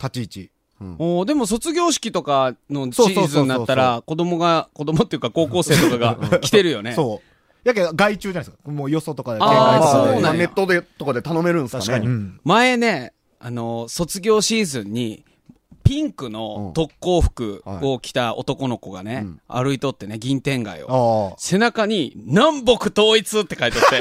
[SPEAKER 5] 立ち位置。
[SPEAKER 4] おーでも卒業式とかのシ
[SPEAKER 5] そうそうそうそう
[SPEAKER 4] ーズンになったら、子供が、子供っていうか高校生とかが来てるよね。
[SPEAKER 5] そう。やけど、外注じゃないですか。もうよそとかで
[SPEAKER 4] あー
[SPEAKER 5] 県外と
[SPEAKER 4] そうなん
[SPEAKER 5] かで
[SPEAKER 4] や
[SPEAKER 3] まあネットで、とかで頼めるんすかね。
[SPEAKER 2] 確かに
[SPEAKER 5] うん。
[SPEAKER 4] 前ね、あの、卒業シーズンに、ピンクの特攻服を着た男の子がね、歩いとってね、銀天街を。
[SPEAKER 5] ああ。
[SPEAKER 4] 背中に、南北統一って書いとって、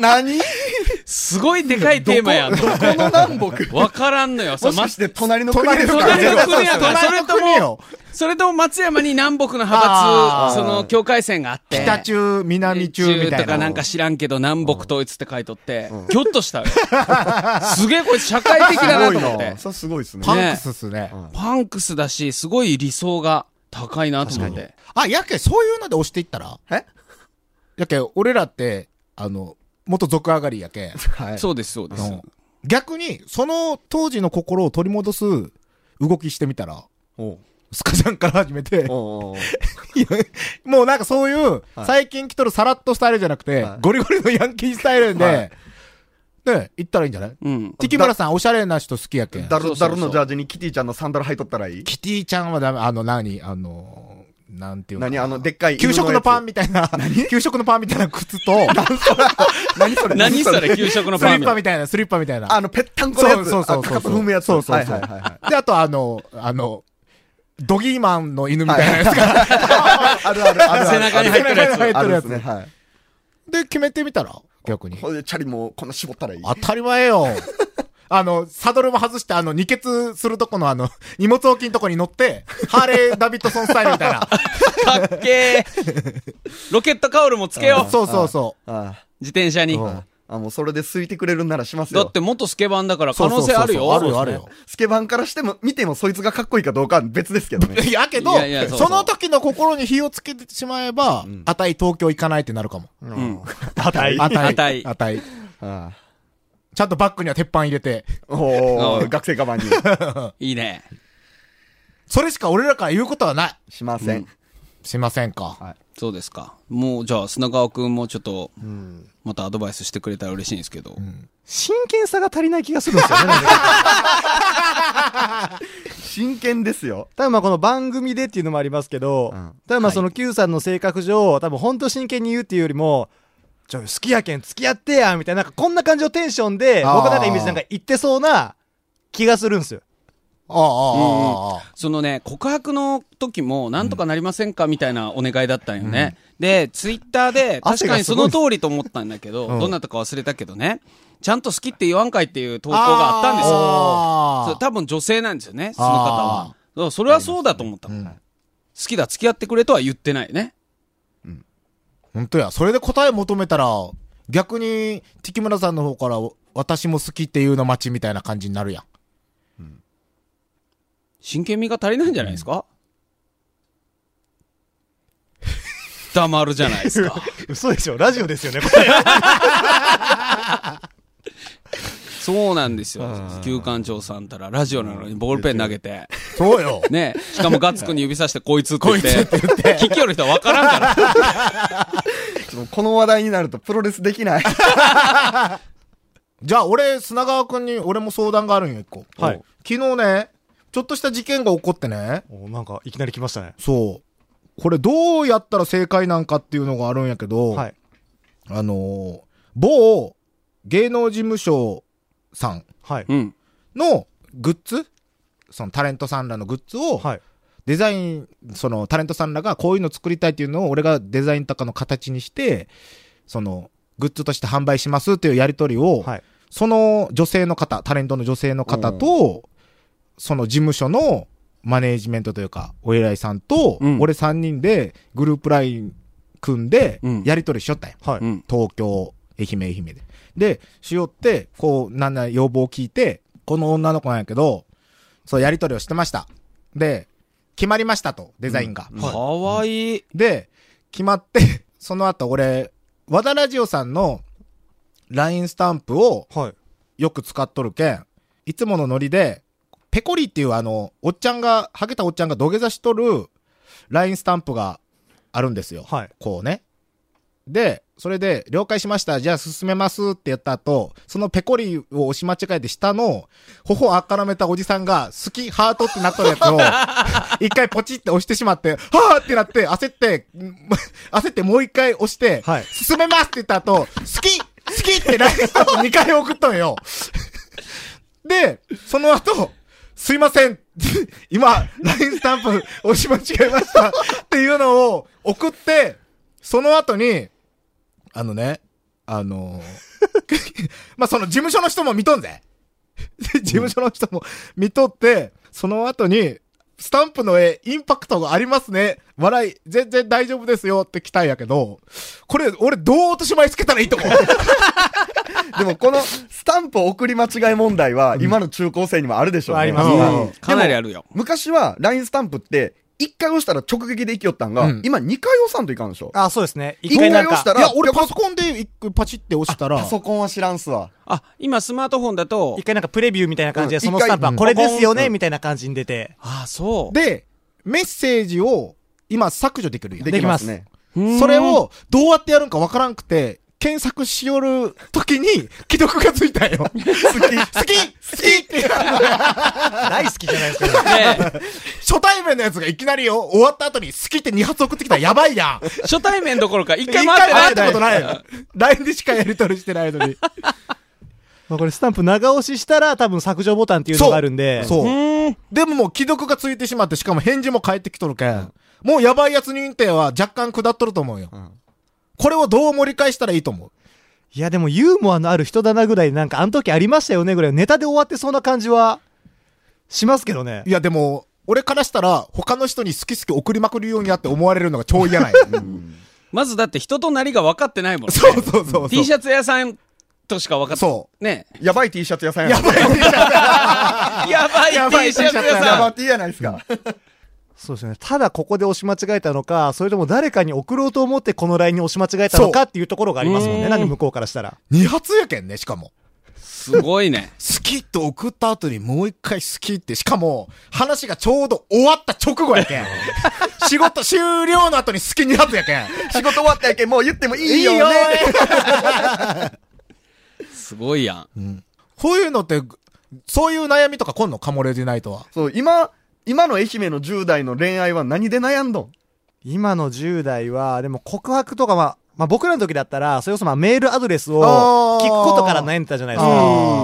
[SPEAKER 3] 何
[SPEAKER 4] すごいでかいテーマやんと思って。
[SPEAKER 3] この南北。
[SPEAKER 4] わからんのよ。そ
[SPEAKER 3] も
[SPEAKER 4] う
[SPEAKER 3] しか
[SPEAKER 4] ま
[SPEAKER 3] して隣の国
[SPEAKER 5] 隣
[SPEAKER 3] です
[SPEAKER 5] の
[SPEAKER 3] か
[SPEAKER 5] 国
[SPEAKER 4] 隣の国やから、そ
[SPEAKER 5] 隣
[SPEAKER 4] れ
[SPEAKER 5] の
[SPEAKER 4] と
[SPEAKER 5] 国よ
[SPEAKER 4] も、それとも松山に南北の
[SPEAKER 5] あ
[SPEAKER 4] 派
[SPEAKER 5] ー
[SPEAKER 4] 閥、その境界線があって。
[SPEAKER 5] 北中、南中みた
[SPEAKER 4] と
[SPEAKER 5] いな。
[SPEAKER 4] かなんか知らんけど、南北統一って書いとって、ぎょっとしたよ。すげえこれ社会的だなと思って。
[SPEAKER 3] さすごいですね。
[SPEAKER 5] パンクスっすね。
[SPEAKER 4] パンクスだし、すごい理想が高いなと思って。
[SPEAKER 5] あ、やけ、そういうので押していったら
[SPEAKER 3] え
[SPEAKER 5] やけ、俺らって、あの、元族上がりやけ。
[SPEAKER 3] はい。
[SPEAKER 4] そうです、そうで
[SPEAKER 5] う
[SPEAKER 4] す
[SPEAKER 5] ん。逆に、その当時の心を取り戻す動きしてみたら、
[SPEAKER 3] おう
[SPEAKER 5] スカジャンから始めて、
[SPEAKER 3] おうおう
[SPEAKER 5] いやもうなんかそういう、最近来とるさらっとしたあれじゃなくて、
[SPEAKER 3] はい
[SPEAKER 5] ゴリゴリのヤンキースタイルで、
[SPEAKER 3] はい
[SPEAKER 5] で、行ったらいいんじゃない
[SPEAKER 4] うん。
[SPEAKER 5] ティキムラさん、おしゃれな人好きやけん。
[SPEAKER 3] ダ
[SPEAKER 4] そ
[SPEAKER 3] ル
[SPEAKER 4] うそ
[SPEAKER 3] ダ
[SPEAKER 4] うそう
[SPEAKER 3] ルのジャージにキティちゃんのサンダル履いとったらいい
[SPEAKER 5] キティちゃんはダメ、あの、何あの、なんていうの
[SPEAKER 3] 何あの、でっかい犬
[SPEAKER 5] 給
[SPEAKER 3] やつ。
[SPEAKER 5] 食のパンみたいな、給食のパンみたいな靴 と、
[SPEAKER 3] 何それ
[SPEAKER 4] 何それ、給食の
[SPEAKER 5] ス
[SPEAKER 4] パ
[SPEAKER 5] リ
[SPEAKER 4] ン
[SPEAKER 5] ッパみたいな、スリッパみたいな。
[SPEAKER 3] あの、ぺったんこのやつ。
[SPEAKER 5] そうそうそうそう
[SPEAKER 3] あかかと踏むやつ。
[SPEAKER 5] そうそうそう
[SPEAKER 3] はいはいはいはい。
[SPEAKER 5] で、あとあの、あの、ドギーマンの犬みたいなやつが、
[SPEAKER 3] あるあるあるある。
[SPEAKER 4] 背中に入ってるやつ
[SPEAKER 5] 背中に
[SPEAKER 3] ある
[SPEAKER 5] や
[SPEAKER 3] です
[SPEAKER 5] つ
[SPEAKER 3] ね。はい。
[SPEAKER 5] で、決めてみたら逆に。
[SPEAKER 3] ほいで、チャリもこんな絞ったらいい。
[SPEAKER 5] 当たり前よ。あの、サドルも外して、あの、二血するとこのあの、荷物置きのとこに乗って、ハーレー・ダビッドソンスタイ ルみたいな。
[SPEAKER 4] かっけー。ロケットカウルもつけよう。
[SPEAKER 5] そうそうそ
[SPEAKER 3] あ
[SPEAKER 4] 自転車に。
[SPEAKER 5] うん
[SPEAKER 3] ああ、もうそれで空いてくれるんならします
[SPEAKER 4] だ
[SPEAKER 3] よ
[SPEAKER 4] っ。て元スケバンだから
[SPEAKER 5] う。そ
[SPEAKER 4] 可
[SPEAKER 5] う
[SPEAKER 4] 能
[SPEAKER 5] そうそう
[SPEAKER 4] 性あるよ。
[SPEAKER 5] あるよ、あるよ。
[SPEAKER 3] スケバンからしても、見てもそいつがかっこいいかどうかは別ですけどね。
[SPEAKER 5] いやけど
[SPEAKER 4] いやいやそうそう
[SPEAKER 5] その時の心に火をつけてしまえば、あたい東京行かないってなるかも。
[SPEAKER 4] うん。
[SPEAKER 2] たたい。
[SPEAKER 5] あたい。
[SPEAKER 4] あたい
[SPEAKER 5] あたい。
[SPEAKER 3] あ
[SPEAKER 5] ちゃんとバッグには鉄板入れて。
[SPEAKER 3] あお
[SPEAKER 4] う
[SPEAKER 3] ー、
[SPEAKER 4] ん
[SPEAKER 3] 学生我慢に。
[SPEAKER 4] いいね。
[SPEAKER 5] それしか俺らから言うことはない。
[SPEAKER 3] しません。
[SPEAKER 5] すいませんか。
[SPEAKER 4] そうですか。もう、じゃあ、砂川くんもちょっと、またアドバイスしてくれたら嬉しいんですけど。
[SPEAKER 2] 真剣さが足りない気がするん ですよね。なんか
[SPEAKER 3] 真剣ですよ。
[SPEAKER 2] 多分まあこの番組でっていうのもありますけど、
[SPEAKER 3] うん
[SPEAKER 2] 多分まあその Q さんの性格上、多分本当真剣に言うっていうよりも、ちょ、好きやけん付き合ってや、みたいな、なんかこんな感じのテンションで、
[SPEAKER 5] あー
[SPEAKER 2] 僕なんかイメージなんか言ってそうな気がするんですよ。
[SPEAKER 5] ああ、ああ、ああ。
[SPEAKER 4] そのね、告白の時も、なんとかなりませんかみたいなお願いだったんよね。で、ツイッターで、確
[SPEAKER 2] 汗が
[SPEAKER 4] かに
[SPEAKER 2] す
[SPEAKER 4] そ
[SPEAKER 2] ごい
[SPEAKER 4] の通りと思ったんだけど、どんなとか忘れたけどね、ちゃんと好きって言わんかいっていう投稿があったんですよ。そ
[SPEAKER 5] あ
[SPEAKER 4] う
[SPEAKER 5] あ
[SPEAKER 4] 多分女性なんですよね、その方は
[SPEAKER 5] あ。
[SPEAKER 4] だからそれはそうだと思ったの。好きだ、付き合ってくれとは言ってないね。
[SPEAKER 5] 本当や。それで答え求めたら、逆に、ティキムラさんの方から、お私も好きっていうの待ちみたいな感じになるやん。
[SPEAKER 4] 真剣味が足りないんじゃないですか、黙るじゃないで すか。
[SPEAKER 2] 嘘でしょラジオですよね、これ。
[SPEAKER 4] そうなんですよ。旧館長さんたら、ラジオなのにボールペン投げて。
[SPEAKER 5] そ うよ。
[SPEAKER 4] ねえ、しかもガッツくんに指さしてこいつって言って、聞きよる人は分からんから。
[SPEAKER 3] ちょっとこの話題になるとプロレスできない。
[SPEAKER 5] じゃあ、俺、砂川くんに、俺も相談があるんよ、一個。
[SPEAKER 2] はい
[SPEAKER 5] 昨日ね、ちょっとした事件が起こってね。
[SPEAKER 2] おなんかいきなり来ましたね。
[SPEAKER 5] そう。これ、どうやったら正解なんかっていうのがあるんやけど、
[SPEAKER 2] はい。
[SPEAKER 5] あのー某芸能事務所さん
[SPEAKER 2] はい。
[SPEAKER 4] うん。
[SPEAKER 5] のグッズそのタレントさんらのグッズを、
[SPEAKER 2] はい。
[SPEAKER 5] デザイン、そのタレントさんらがこういうの作りたいっていうのを俺がデザインとかの形にして、そのグッズとして販売しますっていうやり取りを、
[SPEAKER 2] はい。
[SPEAKER 5] その女性の方、タレントの女性の方と、その事務所のマネージメントというか、お偉いさんと、
[SPEAKER 4] うん
[SPEAKER 5] 俺3人でグループライン組んで
[SPEAKER 4] うん、
[SPEAKER 5] やり取りしよったんよ。
[SPEAKER 2] はい。
[SPEAKER 4] うん。
[SPEAKER 5] 東京、愛媛、愛媛で。で、しよって、こう、なんなら要望を聞いて、この女の子なんやけど、そう、やり取りをしてました。で、決まりましたと、デザインが。
[SPEAKER 4] かわいい。
[SPEAKER 5] で、決まって、 その後俺、和田ラジオさんの LINE スタンプを
[SPEAKER 2] はい。
[SPEAKER 5] よく使っとるけん、いつものノリで、ペコリっていうあの、おっちゃんが、ハゲたおっちゃんが土下座しとる LINE スタンプがあるんですよ。
[SPEAKER 2] はい。
[SPEAKER 5] こうね。で、それで、了解しました。じゃあ進めますってやった後、そのペコリを押し間違えて下の、頬あからめたおじさんが、好き、ハートってなっとるやつ を、一回ポチって押してしまって、はーってなって、焦って、ん焦ってもう一回押して、
[SPEAKER 2] はい
[SPEAKER 5] 進めますって言った後、好き好きってラインスタンプ2回送っとんよ。で、その後、すいません今、LINE スタンプ押し間違えましたっていうのを送って、その後に、あのね、あの ーまあその事務所の人も見とんぜ。で事務所の人も見とって、その後に、スタンプの絵、インパクトがありますね。笑い、全然大丈夫ですよって来たんやけど、これ、俺どう落とし前つけたらいいと思う
[SPEAKER 3] でもこのスタンプ送り間違い問題は今の中高生にもあるでしょうね。
[SPEAKER 2] あります
[SPEAKER 3] うん
[SPEAKER 2] うん
[SPEAKER 4] かなりあるよ。
[SPEAKER 3] 昔は LINE スタンプって1回押したら直撃でいきよったんが、
[SPEAKER 5] うん
[SPEAKER 3] 今2回押さんといかんでしょ。
[SPEAKER 2] あ、そうですね。
[SPEAKER 3] 一
[SPEAKER 2] 一
[SPEAKER 3] 回
[SPEAKER 2] 回なん
[SPEAKER 3] 押し
[SPEAKER 2] か
[SPEAKER 3] た、ら、
[SPEAKER 5] いや、俺パソコンで一個パチって押したら、
[SPEAKER 3] パソコンは知らんすわ。
[SPEAKER 4] あ、今スマートフォンだと
[SPEAKER 2] 一、回なんかプレビューみたいな感じで、
[SPEAKER 3] うん
[SPEAKER 2] そのスタンプは
[SPEAKER 3] 一
[SPEAKER 2] こ
[SPEAKER 3] 回
[SPEAKER 2] れですよ
[SPEAKER 3] う
[SPEAKER 2] ね、
[SPEAKER 3] ん
[SPEAKER 2] みたいな感じに出て。
[SPEAKER 4] あ、そう。
[SPEAKER 5] で、メッセージを今削除できるやん。
[SPEAKER 2] できます
[SPEAKER 3] ね。
[SPEAKER 5] それをどうやってやるんかわからんくて、検索しよる時に 既読がついたんよ。好き好き好きって。
[SPEAKER 2] 大好きじゃないですか。
[SPEAKER 4] ね
[SPEAKER 5] 初対面のやつがいきなりよ、終わった後に好きって2発送ってきたらやばい やん。
[SPEAKER 4] 初対面どころか一
[SPEAKER 5] 一
[SPEAKER 4] 回
[SPEAKER 5] 回
[SPEAKER 4] も会
[SPEAKER 5] 回会
[SPEAKER 4] っ
[SPEAKER 5] ってた
[SPEAKER 4] ない。
[SPEAKER 5] ことないよ。LINE でしかやり取りしてないのに。
[SPEAKER 2] まあこれスタンプ長押ししたら多分削除ボタンっていうのがあるんで。
[SPEAKER 5] そうう。
[SPEAKER 4] ーん。
[SPEAKER 5] でももう既読がついてしまって、しかも返事も返ってきとるけん。もうやばいやつ認定は若干下っとると思うよ。これをどう盛り返したらいいと思う
[SPEAKER 2] いやでもユーモアのある人だなぐらいなんかあの時ありましたよねぐらいのネタで終わってそうな感じはしますけどね
[SPEAKER 5] い。やでも、俺からしたら他の人に好き好き送りまくるようになって思われるのが超嫌ない。
[SPEAKER 4] まずだって人となりが分かってないもんね。
[SPEAKER 5] そうそうそうそう。
[SPEAKER 4] T シャツ屋さんとしか分かって
[SPEAKER 5] そ
[SPEAKER 4] ね
[SPEAKER 3] やばい T シャツ屋さんや
[SPEAKER 5] やばい T シ
[SPEAKER 4] やばい
[SPEAKER 5] やばい
[SPEAKER 4] T シャツ屋
[SPEAKER 5] T シャツ屋
[SPEAKER 3] や
[SPEAKER 4] さ
[SPEAKER 3] ば
[SPEAKER 4] ん。
[SPEAKER 3] い T やないですか。
[SPEAKER 2] そうですよね。ただここで押し間違えたのか、それとも誰かに送ろうと思ってこの LINE に押し間違えたのかっていうところがありますもん
[SPEAKER 4] う
[SPEAKER 2] ね。
[SPEAKER 4] ん
[SPEAKER 2] なんで向こうからしたら。
[SPEAKER 5] 二発やけんね、しかも。
[SPEAKER 4] すごいね。
[SPEAKER 5] 好きと送った後にもう一回好きって、しかも、話がちょうど終わった直後やけん。仕事終了の後に好き二発やけん。
[SPEAKER 3] 仕事終わったやけん、もう言ってもいいよね。
[SPEAKER 4] すごいやん。
[SPEAKER 5] こういうのって、そういう悩みとか今のカモレディナイトは。
[SPEAKER 3] そう、今、今の愛媛の10代の恋愛は何で悩んどん
[SPEAKER 2] 今の10代は、でも告白とかまあ、まあ僕らの時だったら、それこそまあメールアドレスを
[SPEAKER 5] あー
[SPEAKER 2] 聞くことから悩んでたじゃないです
[SPEAKER 5] あ
[SPEAKER 2] か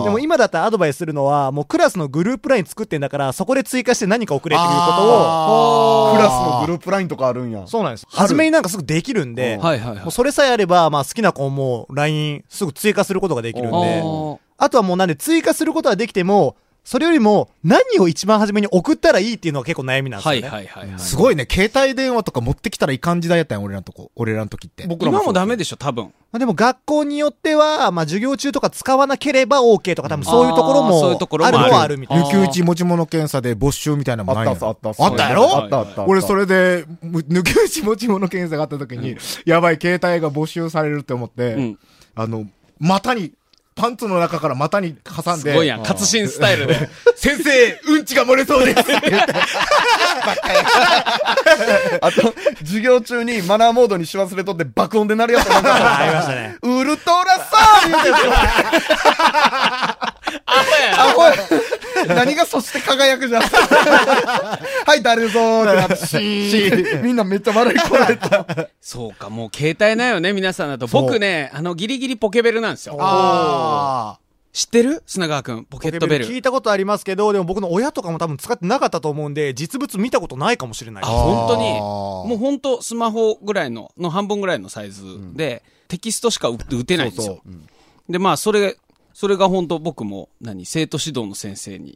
[SPEAKER 5] ー。
[SPEAKER 2] でも今だったらアドバイスするのは、もうクラスのグループ LINE 作ってんだから、そこで追加して何か送れっていうことを、
[SPEAKER 5] を
[SPEAKER 3] クラスのグループラインとかあるんや。
[SPEAKER 2] そうなんです。初めになんかすぐできるんで、
[SPEAKER 4] はいはいはい
[SPEAKER 2] もう。それさえあれば、まあ好きな子も LINE すぐ追加することができるん
[SPEAKER 4] あ
[SPEAKER 2] で、
[SPEAKER 4] ー
[SPEAKER 2] あとはもうなんで追加することはできても、それよりも何を一番初めに送ったらいいっていうのが結構悩みなんですよ
[SPEAKER 4] は
[SPEAKER 2] ね。
[SPEAKER 4] いはいはいはい。
[SPEAKER 5] すごいね、携帯電話とか持ってきたらいかん時代やったんよ俺らのとこ。俺らの時って。
[SPEAKER 3] 僕らも
[SPEAKER 4] 今
[SPEAKER 3] そう
[SPEAKER 4] もダメでしょ、多分。
[SPEAKER 2] まあ、でも学校によっては、まあ授業中とか使わなければ OK とか多分そういうところ
[SPEAKER 4] あーそういうところ
[SPEAKER 2] も、あ
[SPEAKER 4] もあ
[SPEAKER 2] る
[SPEAKER 4] る
[SPEAKER 2] のはあるみたいな。
[SPEAKER 5] 抜き打ち持ち物検査で没収みたいなの
[SPEAKER 3] あ
[SPEAKER 5] も
[SPEAKER 3] っ
[SPEAKER 5] ない
[SPEAKER 3] た
[SPEAKER 5] の
[SPEAKER 3] っす、あったっす。
[SPEAKER 5] あったや
[SPEAKER 4] は
[SPEAKER 5] ろ
[SPEAKER 4] いはい
[SPEAKER 3] あったあった。
[SPEAKER 5] 俺それで、む抜き打ち持ち物検査があった時に、やばい、携帯が没収されるって思って、
[SPEAKER 4] うん
[SPEAKER 5] あの、股に、パンツの中から股に挟ん
[SPEAKER 4] すごいや
[SPEAKER 5] で、
[SPEAKER 4] ん。活心スタイル で。
[SPEAKER 5] 先生、うんちが漏れそうですって言って
[SPEAKER 3] あと、授業中にマナーモードにし忘れとって爆音で鳴るやつなんか ありましたね。ウルトラサー言うてるあ、ほい。何がそして輝くじゃん。はい、誰ぞーってなってシーンみんなめっちゃ悪い声やった。
[SPEAKER 4] そうか、もう携帯ないよね、皆さんだと。僕ね、あの、ギリギリポケベルなんですよ。
[SPEAKER 5] あ
[SPEAKER 4] 知ってる砂川くん、ポケットベル。
[SPEAKER 2] 聞いたことありますけど、でも僕の親とかも多分使ってなかったと思うんで、実物見たことないかもしれない
[SPEAKER 4] あ、
[SPEAKER 2] です。
[SPEAKER 4] 本当に。
[SPEAKER 5] あー
[SPEAKER 4] もう本当スマホぐらいの、の半分ぐらいのサイズで、テキストしか打って打てないんですよ。で、まあ、それ、それが本当僕も、何、生徒指導の先生に、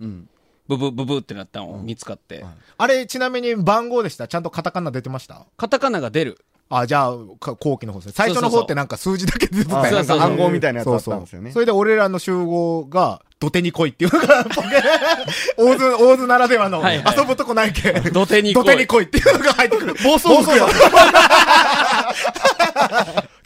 [SPEAKER 4] ブブブブってなったのを見つかって、
[SPEAKER 5] ーあれ、ちなみに番号でしたちゃんとカタカナ出てました
[SPEAKER 4] カタカナが出る。
[SPEAKER 5] あ、じゃあ、か後期の方ですね。最初の方ってなんか数字だけ出てた
[SPEAKER 3] あ
[SPEAKER 5] よ
[SPEAKER 3] な
[SPEAKER 5] ね
[SPEAKER 3] んか暗号みたいなやつ
[SPEAKER 5] そ
[SPEAKER 3] あ
[SPEAKER 5] う
[SPEAKER 3] っ
[SPEAKER 5] そ
[SPEAKER 3] たん
[SPEAKER 5] う
[SPEAKER 3] ですよね。
[SPEAKER 5] それで俺らの集合が、土手に来いっていうのが、ポケ大津、大津ならではの、
[SPEAKER 4] はいはい
[SPEAKER 5] 遊ぶとこないけん。
[SPEAKER 4] 土手に来い
[SPEAKER 5] 土手に来いっていうのが入ってくる。暴走族や。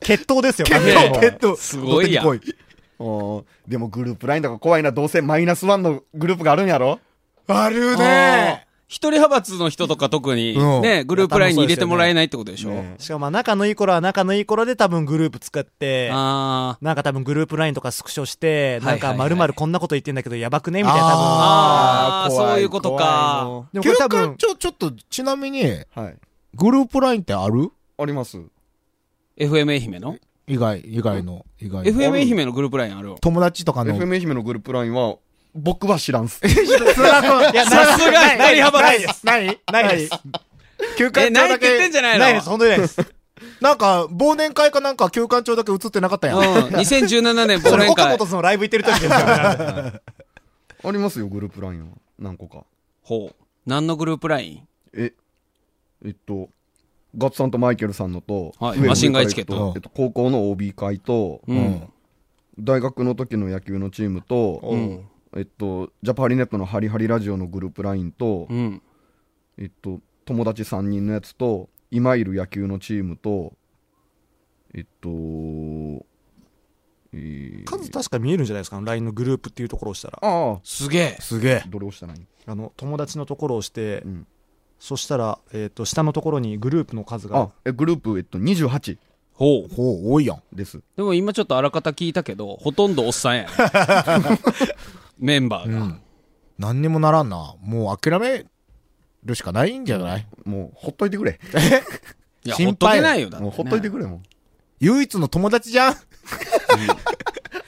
[SPEAKER 2] 決闘ですよ、
[SPEAKER 5] 決
[SPEAKER 4] ね
[SPEAKER 5] 闘、決闘。
[SPEAKER 4] すごいやん
[SPEAKER 5] 土手に来い
[SPEAKER 3] おーでもグループラインとか怖いな。どうせマイナスワンのグループがあるんやろ
[SPEAKER 5] ある
[SPEAKER 4] あー
[SPEAKER 5] ね
[SPEAKER 4] 一人派閥の人とか特に、
[SPEAKER 5] うん
[SPEAKER 4] ね、グループラインに入れてもらえないってことでしょ。
[SPEAKER 3] ね
[SPEAKER 2] しかもまあ仲のいい頃は仲のいい頃で多分グループ作って、
[SPEAKER 4] あ
[SPEAKER 2] なんか多分グループ LINE とかスクショして、
[SPEAKER 4] はいは
[SPEAKER 2] ないん
[SPEAKER 4] はい
[SPEAKER 2] かまるまるこんなこと言ってんだけどやばくねみたいな
[SPEAKER 4] あー
[SPEAKER 3] 怖
[SPEAKER 4] そういうことか
[SPEAKER 3] 怖い
[SPEAKER 2] 多分。で
[SPEAKER 5] 休
[SPEAKER 2] もこれ多
[SPEAKER 5] 館
[SPEAKER 2] 分、
[SPEAKER 5] 長、ちょっと、ちなみに、
[SPEAKER 3] のはい。
[SPEAKER 5] グループラインってある
[SPEAKER 3] あります。
[SPEAKER 4] ー FM 愛媛の
[SPEAKER 5] 以外、以外の、以外の。
[SPEAKER 4] ?FM 愛媛のグループラインある
[SPEAKER 5] 友達とかの。
[SPEAKER 3] FM 愛媛のグループラインは僕は知らんす。
[SPEAKER 5] いや、
[SPEAKER 4] さすが
[SPEAKER 2] ない
[SPEAKER 4] 光幅
[SPEAKER 2] な
[SPEAKER 4] ないい
[SPEAKER 2] で。
[SPEAKER 4] ですす。
[SPEAKER 5] ない
[SPEAKER 2] ないです。
[SPEAKER 5] 休
[SPEAKER 4] え、
[SPEAKER 5] 館長
[SPEAKER 4] ないっ
[SPEAKER 5] だ
[SPEAKER 4] て言って
[SPEAKER 5] け
[SPEAKER 4] んじゃ ないの
[SPEAKER 2] ないです、本当にないです。
[SPEAKER 5] なんか、忘年会かなんか休館長だけ映ってなかったやん。
[SPEAKER 4] うん。2017年
[SPEAKER 2] そ
[SPEAKER 4] 忘
[SPEAKER 2] れ、
[SPEAKER 4] 年
[SPEAKER 2] 岡
[SPEAKER 4] 会
[SPEAKER 2] 本。さんのライブ行ってる時ですからね。
[SPEAKER 3] ありますよ、グループラインは。何個か。
[SPEAKER 4] ほう。何のグループライン
[SPEAKER 3] え、えっと、ガッツさんとマイケルさんのと、
[SPEAKER 4] はい
[SPEAKER 3] 上の
[SPEAKER 4] マシンガン
[SPEAKER 3] 上から行く
[SPEAKER 5] エチケット
[SPEAKER 3] えっと、高校の OB 会と、
[SPEAKER 4] うん。
[SPEAKER 3] 大学の時の野球のチームと、
[SPEAKER 2] うん
[SPEAKER 3] えっと、ジャパハリネットのハリハリラジオのグループラインと、
[SPEAKER 4] うん。
[SPEAKER 3] えっと、友達3人のやつと、今いる野球のチームと、えっと、えー
[SPEAKER 2] 数確か見えるんじゃないですか、LINE のグループっていうところを押したら。
[SPEAKER 3] あ
[SPEAKER 4] すげえ。
[SPEAKER 5] すげえ
[SPEAKER 3] あ、。どれ押したらいい
[SPEAKER 2] あの、友達のところを押して、
[SPEAKER 3] ん
[SPEAKER 2] そしたら、えっ、と、下のところにグループの数
[SPEAKER 3] あ
[SPEAKER 2] が。、
[SPEAKER 3] え、グループ、えっと、28
[SPEAKER 4] ほう。
[SPEAKER 5] ほう、多いやん。
[SPEAKER 3] です。
[SPEAKER 4] でも今ちょっとあらかた聞いたけど、ほとんどおっ さんやねメンバーが。
[SPEAKER 5] 何にもならんな。もう諦めるしかないんじゃない
[SPEAKER 3] もう、ほっといてくれ。
[SPEAKER 4] いや、
[SPEAKER 5] 心配
[SPEAKER 4] ほっとけないよ、だって
[SPEAKER 3] も
[SPEAKER 4] ね
[SPEAKER 3] う、ほっといてくれ、もう。
[SPEAKER 5] 唯一の友達じゃん。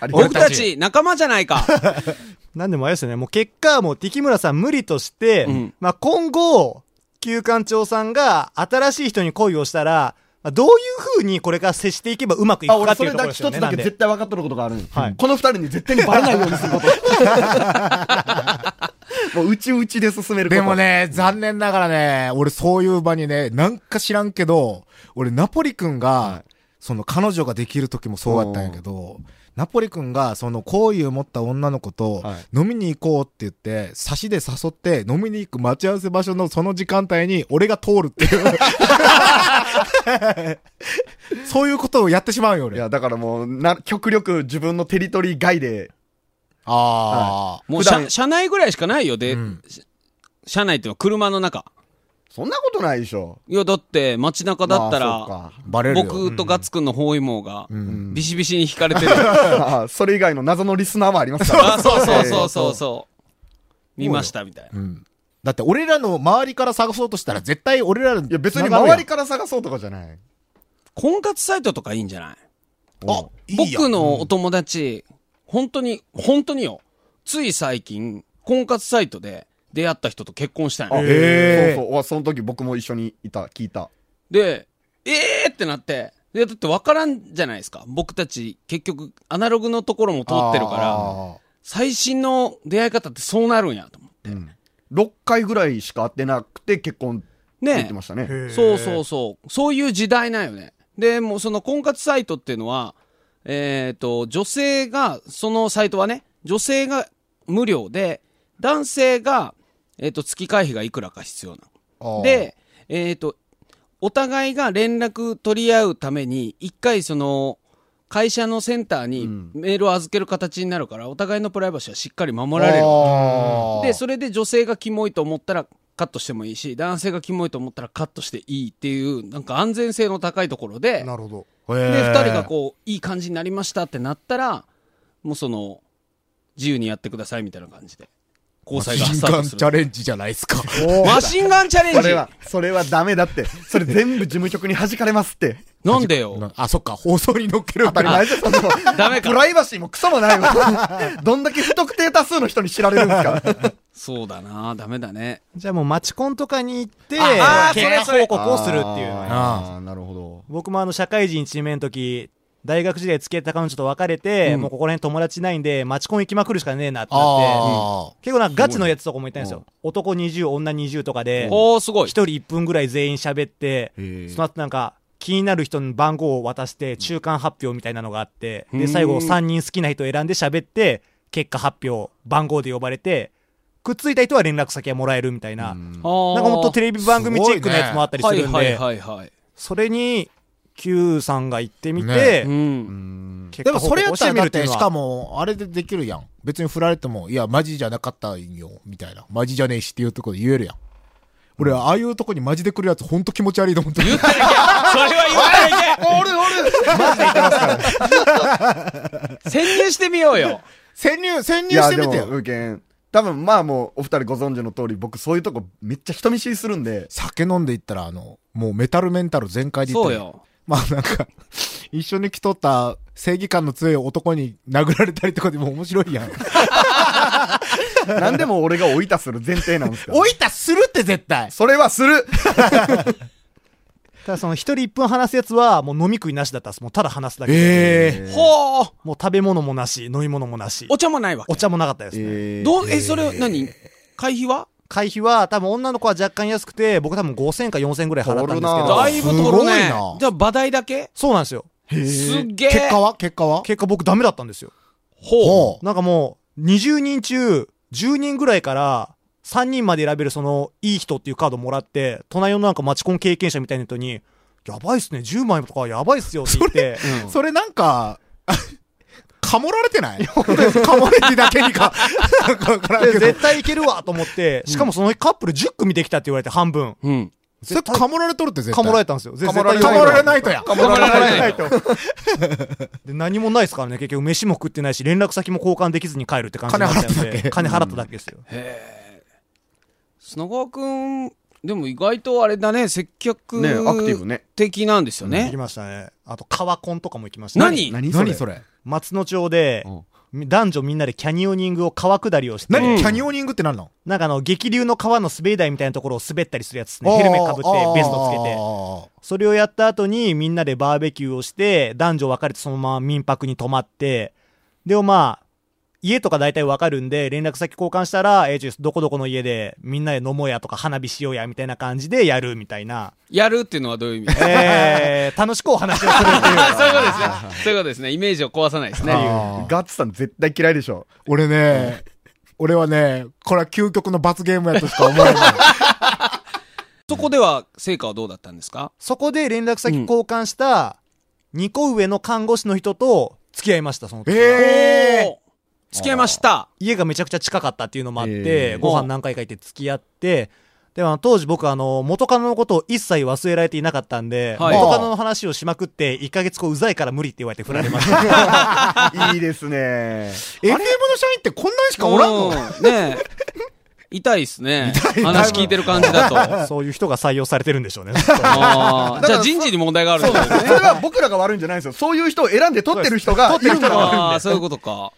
[SPEAKER 3] ありがとう
[SPEAKER 4] 僕たち、仲間じゃないか。
[SPEAKER 2] なんでもあれですよね、もう結果、もう、敵村さん無理として、
[SPEAKER 4] うん
[SPEAKER 2] まあ、今後、旧館長さんが新しい人に恋をしたら、まあどういう風にこれから接していけばうまくい
[SPEAKER 3] あ、
[SPEAKER 2] くか
[SPEAKER 3] 俺
[SPEAKER 2] って
[SPEAKER 3] そ
[SPEAKER 2] いう
[SPEAKER 3] れ
[SPEAKER 2] ところ
[SPEAKER 3] だけ
[SPEAKER 2] ですよ
[SPEAKER 3] 一つ
[SPEAKER 2] ね。
[SPEAKER 3] だけ
[SPEAKER 2] なんで
[SPEAKER 3] 絶対分かっとることがあるんよ
[SPEAKER 2] はい
[SPEAKER 3] この二人に絶対にバレないようにする こと。もう、うちうちで進めること。
[SPEAKER 5] でも。ね、残念ながらね、俺そういう場にね、なんか知らんけど、俺ナポリ君が、その彼女ができる時もそうだったんやけど、ナポリ君がその好意を持った女の子と
[SPEAKER 3] は
[SPEAKER 5] 飲みに行こうって言って、差しで誘って飲みに行く待ち合わせ場所のその時間帯に俺が通るって いう。そういうことをやってしまうよ
[SPEAKER 3] い
[SPEAKER 5] 俺。あ
[SPEAKER 3] や、だからもう、な、極力自分のテリトリー外で、
[SPEAKER 5] あ
[SPEAKER 4] もう
[SPEAKER 3] 普段
[SPEAKER 4] 車、車内ぐらいしかないよ、で、
[SPEAKER 5] ん
[SPEAKER 4] し車内っていうのは車の中。
[SPEAKER 3] そんなことないでしょ。
[SPEAKER 4] いや、だって街中だっ
[SPEAKER 3] ま
[SPEAKER 4] たら、
[SPEAKER 3] あ
[SPEAKER 5] ー、バレるよ。
[SPEAKER 4] 僕とガッツくんの包囲網が、
[SPEAKER 5] ん
[SPEAKER 4] ビシビシに引かれてる。
[SPEAKER 3] そうかあそれ以外の謎のリスナーもあります から
[SPEAKER 4] あ、そうそうそうそうそう。見ました、みたいな。
[SPEAKER 5] だって俺らの周りから探そうとしたら絶対俺ら
[SPEAKER 3] いや、別に
[SPEAKER 5] つながる
[SPEAKER 3] 周
[SPEAKER 5] やん
[SPEAKER 3] りから探そうとかじゃない。
[SPEAKER 4] 婚活サイトとかいいんじゃない
[SPEAKER 5] あ、いいや
[SPEAKER 4] 僕のお友達、本当に、本当によ。つい最近、婚活サイトで出会った人と結婚したん
[SPEAKER 3] あ
[SPEAKER 4] よ。
[SPEAKER 5] へー
[SPEAKER 3] そうそう。わその時僕も一緒にいた、聞いた。
[SPEAKER 4] で、えーってなって、で、だって分からんじゃないですか。僕たち、結局、アナログのところも通ってるから、
[SPEAKER 5] あ
[SPEAKER 4] 最新の出会い方ってそうなるんやと思って。
[SPEAKER 3] 6回ぐらいしか会ってなくて結婚って言っ
[SPEAKER 4] ね
[SPEAKER 3] てましたね。
[SPEAKER 5] ー
[SPEAKER 4] そうそうそう。そういう時代なんよね。で、もうその婚活サイトっていうのは、えっ、と、女性が、そのサイトはね、女性が無料で、男性が、えっ、と、月会費がいくらか必要な
[SPEAKER 5] あ
[SPEAKER 4] の。
[SPEAKER 5] ー
[SPEAKER 4] で、えっ、と、お互いが連絡取り合うために、一回その、会社のセンターにメールを預ける形になるから、お互いのプライバシーはしっかり守られる。
[SPEAKER 5] あー
[SPEAKER 4] で、それで女性がキモいと思ったらカットしてもいいし、男性がキモいと思ったらカットしていいっていう、なんか安全性の高いところで、
[SPEAKER 2] るほど。
[SPEAKER 4] で、
[SPEAKER 5] へー
[SPEAKER 4] 二人がこう、いい感じになりましたってなったら、もうその、自由にやってくださいみたいな感じで、交際が
[SPEAKER 5] マ
[SPEAKER 4] ス
[SPEAKER 5] シン
[SPEAKER 4] ター
[SPEAKER 5] ガ
[SPEAKER 4] ト
[SPEAKER 5] ン
[SPEAKER 4] す
[SPEAKER 5] チ
[SPEAKER 4] る。
[SPEAKER 5] ャレンジじゃないですか。
[SPEAKER 4] マシンガンチャレン
[SPEAKER 3] そ
[SPEAKER 4] ジ
[SPEAKER 3] れは、それはダメだって。それ全部事務局に弾かれますって。
[SPEAKER 4] なんでよ。
[SPEAKER 5] あ、そっか、放送に乗っける
[SPEAKER 3] 当たり前ですよ、そんなもん
[SPEAKER 4] ダメか
[SPEAKER 3] プライバシーもクソもないわ。どんだけ不特定多数の人に知られるんです か。
[SPEAKER 4] そうだなダメだね。
[SPEAKER 2] じゃあもう街コンとかに行って、
[SPEAKER 4] ああー
[SPEAKER 2] 結果
[SPEAKER 4] それ
[SPEAKER 2] 報告をするっていうのが
[SPEAKER 3] ああ、なるほど。
[SPEAKER 2] 僕もあの、社会人1名の時、大学時代付き合った彼女と別れて、もうここら辺友達ないんで、街コン行きまくるしかねえなってなって、
[SPEAKER 5] あ
[SPEAKER 2] 結構なんかガチのやつとかもいたんですよ。男20、女20とかで、
[SPEAKER 4] おー、すご
[SPEAKER 2] 一人
[SPEAKER 4] い。
[SPEAKER 2] 1分ぐらい全員喋って
[SPEAKER 5] へえ、
[SPEAKER 2] その後なんか、気になる人の番号を渡して、中間発表みたいなのがあって、
[SPEAKER 4] うん
[SPEAKER 2] で、最後3人好きな人を選んで喋って、結果発表、番号で呼ばれて、くっついた人は連絡先はもらえるみたいな、
[SPEAKER 4] なん
[SPEAKER 2] なんかもっとテレビ番組チックのやつもあったりするん
[SPEAKER 4] はい
[SPEAKER 2] で、
[SPEAKER 4] はいはいはい。
[SPEAKER 2] それに Q さんが行ってみて、
[SPEAKER 5] ね
[SPEAKER 4] うん。
[SPEAKER 5] でもそれやったらだって、しか
[SPEAKER 2] も
[SPEAKER 5] も、あれでできるやん。別に振られても、いや、マジじゃなかったんよ、みたいな。マジじゃねえしっていうとこで言えるやん。俺、ああいうとこにマジで来るやつ、ほんと気持ち悪いと思 ってる。
[SPEAKER 4] 言ったらいけそれは言ったらいけ
[SPEAKER 3] 俺、俺、
[SPEAKER 4] 潜入してみようよ。
[SPEAKER 5] 潜入、潜
[SPEAKER 3] い
[SPEAKER 5] 入
[SPEAKER 3] や、
[SPEAKER 5] して
[SPEAKER 3] で
[SPEAKER 5] み
[SPEAKER 3] も、
[SPEAKER 5] て
[SPEAKER 3] ウ
[SPEAKER 5] よ。
[SPEAKER 3] ーケン。多分、まあもう、お二人ご存知の通り、僕そういうとこめっちゃ人見知りするん で、
[SPEAKER 5] 酒飲んでいったら、あの、もうメタルメンタル全開でいった
[SPEAKER 4] そ
[SPEAKER 5] ら
[SPEAKER 4] うよ。
[SPEAKER 5] まあなんか、一緒に来とった正義感の強い男に殴られたりとかでも面白いやん。
[SPEAKER 3] 何でも俺がおいたする前提なんですから。
[SPEAKER 5] おいたするって絶対。
[SPEAKER 3] それはする
[SPEAKER 2] ただその一人一分話すやつは、もう飲み食いなしだったんです。もうただ話すだけで。
[SPEAKER 5] え
[SPEAKER 4] ほー
[SPEAKER 2] もう食べ物もなし、飲み物もなし。
[SPEAKER 4] お茶もないわけ
[SPEAKER 2] お茶もなかったですね。
[SPEAKER 3] えー
[SPEAKER 4] どう、え、それ、何会費は
[SPEAKER 2] 会費は多分女の子は若干安くて、僕多分5000か4000ぐらい払ったんですけ
[SPEAKER 3] あ
[SPEAKER 2] ど
[SPEAKER 3] 取る
[SPEAKER 4] だ
[SPEAKER 3] ない
[SPEAKER 4] ぶ取るね
[SPEAKER 5] すごいな。
[SPEAKER 4] じゃあ、場代だけ
[SPEAKER 2] そうなんですよ。
[SPEAKER 4] すっげえ。
[SPEAKER 5] 結果は結果は
[SPEAKER 2] 結果僕ダメだったんですよ。
[SPEAKER 4] ほう。
[SPEAKER 5] ほう。
[SPEAKER 2] なんかもう、20人中、10人ぐらいから、3人まで選べるその、いい人っていうカードもらって、隣のなんかマチコン経験者みたいな人に、やばいっすね、10枚とかやばいっすよって言って、
[SPEAKER 5] それなんか、 かもられてないかもれてだけにか。なんかわからん
[SPEAKER 2] で
[SPEAKER 5] けど。
[SPEAKER 2] 絶対いけるわと思って、しかもその日カップル10組できたって言われて半分、
[SPEAKER 4] うん。
[SPEAKER 5] それかもられとるって絶
[SPEAKER 2] か
[SPEAKER 5] 対。
[SPEAKER 2] もら
[SPEAKER 5] れ
[SPEAKER 2] れたんですよ。で
[SPEAKER 3] かもられ
[SPEAKER 2] 絶
[SPEAKER 5] か
[SPEAKER 2] 対
[SPEAKER 5] もられないとや。
[SPEAKER 4] 頑張られない。
[SPEAKER 2] と。 で、何もないですからね、結局飯も食ってないし、連絡先も交換できずに帰るって感じになっちゃうんで、金払っただけですよ。
[SPEAKER 4] 砂川くん、でも意外とあれだね、接客
[SPEAKER 3] ねアクティブね。
[SPEAKER 4] 的なんですよ
[SPEAKER 2] 行き
[SPEAKER 4] ね。
[SPEAKER 2] ましたね。あと、川コンとかも行きましたね。
[SPEAKER 4] 何
[SPEAKER 3] 何
[SPEAKER 5] 何それ
[SPEAKER 2] 松野町で、男女みんなでキャニオニングを川下りをして、
[SPEAKER 5] 何
[SPEAKER 4] うん
[SPEAKER 5] キャニオニングって何なの
[SPEAKER 2] なんかあの、激流の川の滑り台みたいなところを滑ったりするやつですね。ヘルメかぶって、ベストつけて。
[SPEAKER 5] て。
[SPEAKER 2] それをやった後にみんなでバーベキューをして、男女別れてそのまま民泊に泊まって、でもまあ、家とか大体わかるんで、連絡先交換したら、えー、ちょどこどこの家でみんなで飲もうやとか花火しようやみたいな感じでやるみたいな、
[SPEAKER 4] やるっていうのはどういう意味
[SPEAKER 2] えー、楽しくお話をするっていう。
[SPEAKER 4] あそういうことですね。そういうことですね。イメージを壊さないですね。
[SPEAKER 5] あー
[SPEAKER 3] ガッツさん絶対嫌いでしょ。
[SPEAKER 5] 俺ね、俺はね、これは究極の罰ゲームやとしか思えない。
[SPEAKER 4] そこでは成果はどうだったんですか
[SPEAKER 2] そこで連絡先交換した、2個上の看護師の人と付き合いました、その時は
[SPEAKER 5] ええ
[SPEAKER 4] おー付き合いました。
[SPEAKER 2] 家がめちゃくちゃ近かったっていうのもあって、
[SPEAKER 3] えー
[SPEAKER 2] ご飯何回か行って付き合って、でもあの当時僕あの、元カノのことを一切忘れられていなかったんで、
[SPEAKER 4] はい
[SPEAKER 2] 元カノの話をしまくって、1ヶ月後うざいから無理って言われて振られました。
[SPEAKER 3] いいですね。
[SPEAKER 5] FM の社員ってこんなんしかおらんの
[SPEAKER 4] うんねえ。痛いっすね。話聞いてる感じだと。
[SPEAKER 2] そういう人が採用されてるんでしょうね。
[SPEAKER 4] あーじゃあ
[SPEAKER 3] だから
[SPEAKER 4] 人事に問題があるん
[SPEAKER 3] そう
[SPEAKER 4] だ
[SPEAKER 3] なん
[SPEAKER 4] よ
[SPEAKER 3] です
[SPEAKER 4] ね。
[SPEAKER 3] よそれは僕らが悪いんじゃないんですよ。そういう人を選んで取ってる人がいるから悪いん
[SPEAKER 4] あ
[SPEAKER 3] で
[SPEAKER 4] あ、そういうことか。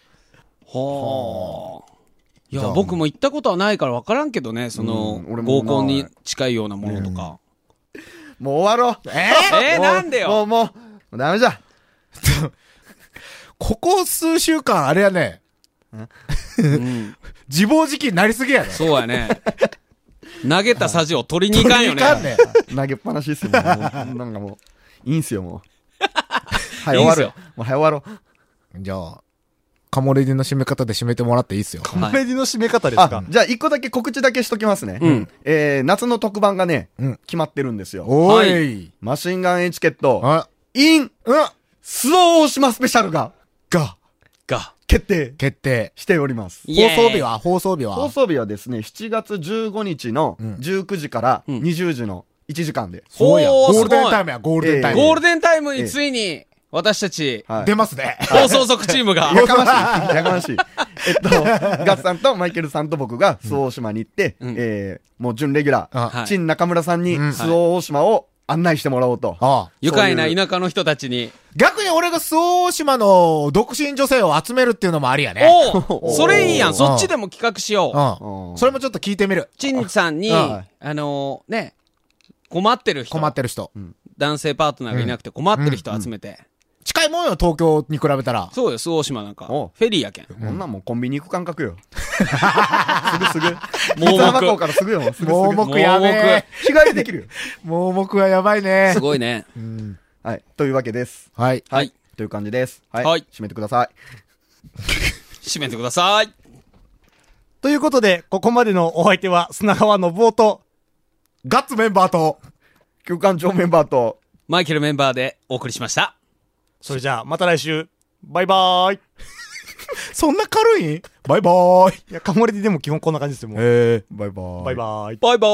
[SPEAKER 4] はあ。い
[SPEAKER 5] じゃ
[SPEAKER 4] や、
[SPEAKER 5] あ
[SPEAKER 4] 僕も行ったことはないから分からんけどね、その
[SPEAKER 3] うん俺、も
[SPEAKER 4] 合コン
[SPEAKER 3] ない
[SPEAKER 4] に近いようなものとか。
[SPEAKER 3] もう終わろう。え
[SPEAKER 4] えーなんでよ
[SPEAKER 3] もう、もう、もうダメじゃ。
[SPEAKER 5] ここ数週間、あれやね、
[SPEAKER 4] うん
[SPEAKER 5] 自暴自棄になりすぎやね。
[SPEAKER 4] そうやね。投げたさじを取りに行かんよね。
[SPEAKER 5] かんね。
[SPEAKER 3] 投げっぱなしですよ、もうなんかもう、いいんすよ、もう。はいい、終
[SPEAKER 4] いん
[SPEAKER 3] わ
[SPEAKER 4] す
[SPEAKER 3] る
[SPEAKER 4] よ
[SPEAKER 3] よ。もう、はい、終わろう。
[SPEAKER 5] じゃあ、カモレディの締め方で締めてもらっていいっすよ。
[SPEAKER 4] はい
[SPEAKER 2] メディの締め方ですか
[SPEAKER 3] あ、。じゃあ、一個だけ告知だけしときますね。
[SPEAKER 4] うん
[SPEAKER 3] えー、夏の特番がね、
[SPEAKER 5] うん
[SPEAKER 3] 決まってるんですよ。
[SPEAKER 5] お。
[SPEAKER 4] はい
[SPEAKER 3] マシンガンエチケット、
[SPEAKER 5] あ、
[SPEAKER 3] in、スオー大島スペシャルが
[SPEAKER 5] が、
[SPEAKER 4] が。
[SPEAKER 3] 決定
[SPEAKER 5] 決定。
[SPEAKER 3] しております。
[SPEAKER 5] 放
[SPEAKER 4] イエーイ
[SPEAKER 5] 送日は放送日は
[SPEAKER 3] 放送日はですね、7月15日の
[SPEAKER 5] ん
[SPEAKER 3] 19時から
[SPEAKER 4] うん
[SPEAKER 3] 20時の1時間で。
[SPEAKER 5] すごいやん
[SPEAKER 4] おー
[SPEAKER 5] ゴールデ
[SPEAKER 4] すご
[SPEAKER 5] ン
[SPEAKER 4] い
[SPEAKER 5] タイムや、ゴールデンタイム。
[SPEAKER 4] ゴールデンタイムについに、私たち、
[SPEAKER 3] はい。
[SPEAKER 5] 出ますね。
[SPEAKER 4] 放送族チームが、
[SPEAKER 3] やかましい。 やかましい。えっと、ガッツさんとマイケルさんと僕が周防大島に行って、
[SPEAKER 4] うん
[SPEAKER 3] えー、もう準レギュラ
[SPEAKER 5] あ
[SPEAKER 3] ー、
[SPEAKER 4] はい
[SPEAKER 3] 陳中村さんに
[SPEAKER 5] うん
[SPEAKER 3] 周防大島を案内してもらおうと。
[SPEAKER 5] ああ
[SPEAKER 4] 愉快な田舎の人たちに、
[SPEAKER 5] 逆に俺が周防大島の独身女性を集めるっていうのもありやね。
[SPEAKER 4] おおそれいいやん、そっちでも企画しよう。
[SPEAKER 5] う。
[SPEAKER 3] うんん
[SPEAKER 5] それもちょっと聞いてみる。
[SPEAKER 4] ちんさんに、あ
[SPEAKER 3] はい
[SPEAKER 4] のー、ね、困ってる人
[SPEAKER 5] 困、ってる人。
[SPEAKER 4] 男性パートナーがいなくて困ってる人集めて、
[SPEAKER 5] 近いもんよ、東京に比べたら。
[SPEAKER 4] そうよ、周防大島なんか。フ
[SPEAKER 3] お
[SPEAKER 4] ェリーやけん。
[SPEAKER 3] こんなんもうコンビニ行く感覚よ。すぐすぐ。
[SPEAKER 4] 盲目
[SPEAKER 3] 三沢港からすぐよ、もうすぐ
[SPEAKER 5] 盲
[SPEAKER 3] すぐ。
[SPEAKER 5] 目やべえ。
[SPEAKER 3] 日帰りできるよ。
[SPEAKER 5] 盲目はやばいね
[SPEAKER 4] す。ごいね。
[SPEAKER 3] はい。というわけです。
[SPEAKER 5] はい。
[SPEAKER 4] はい。
[SPEAKER 3] という感じです。はい。
[SPEAKER 4] はい
[SPEAKER 3] 締めてください。
[SPEAKER 4] 締めてください。
[SPEAKER 2] ということで、ここまでのお相手は砂川信夫と、
[SPEAKER 5] ガッツメンバーと、
[SPEAKER 3] 旧館長メンバーと、
[SPEAKER 4] マイケルメンバーでお送りしました。
[SPEAKER 2] それじゃあまた来週、バイバーイ。
[SPEAKER 5] そんな軽いバイバーイ。
[SPEAKER 2] いや、カモレディでも基本こんな感じですよ、もう。
[SPEAKER 5] え
[SPEAKER 3] バイバーイ。
[SPEAKER 2] バイバーイ。
[SPEAKER 4] バイバ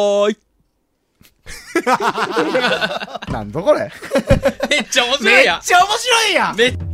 [SPEAKER 4] ーイ。
[SPEAKER 3] なんぞこれ。
[SPEAKER 4] めっちゃ面
[SPEAKER 5] め
[SPEAKER 4] 白
[SPEAKER 5] っ
[SPEAKER 4] いやん。
[SPEAKER 5] ちゃ面白いやん
[SPEAKER 4] めっ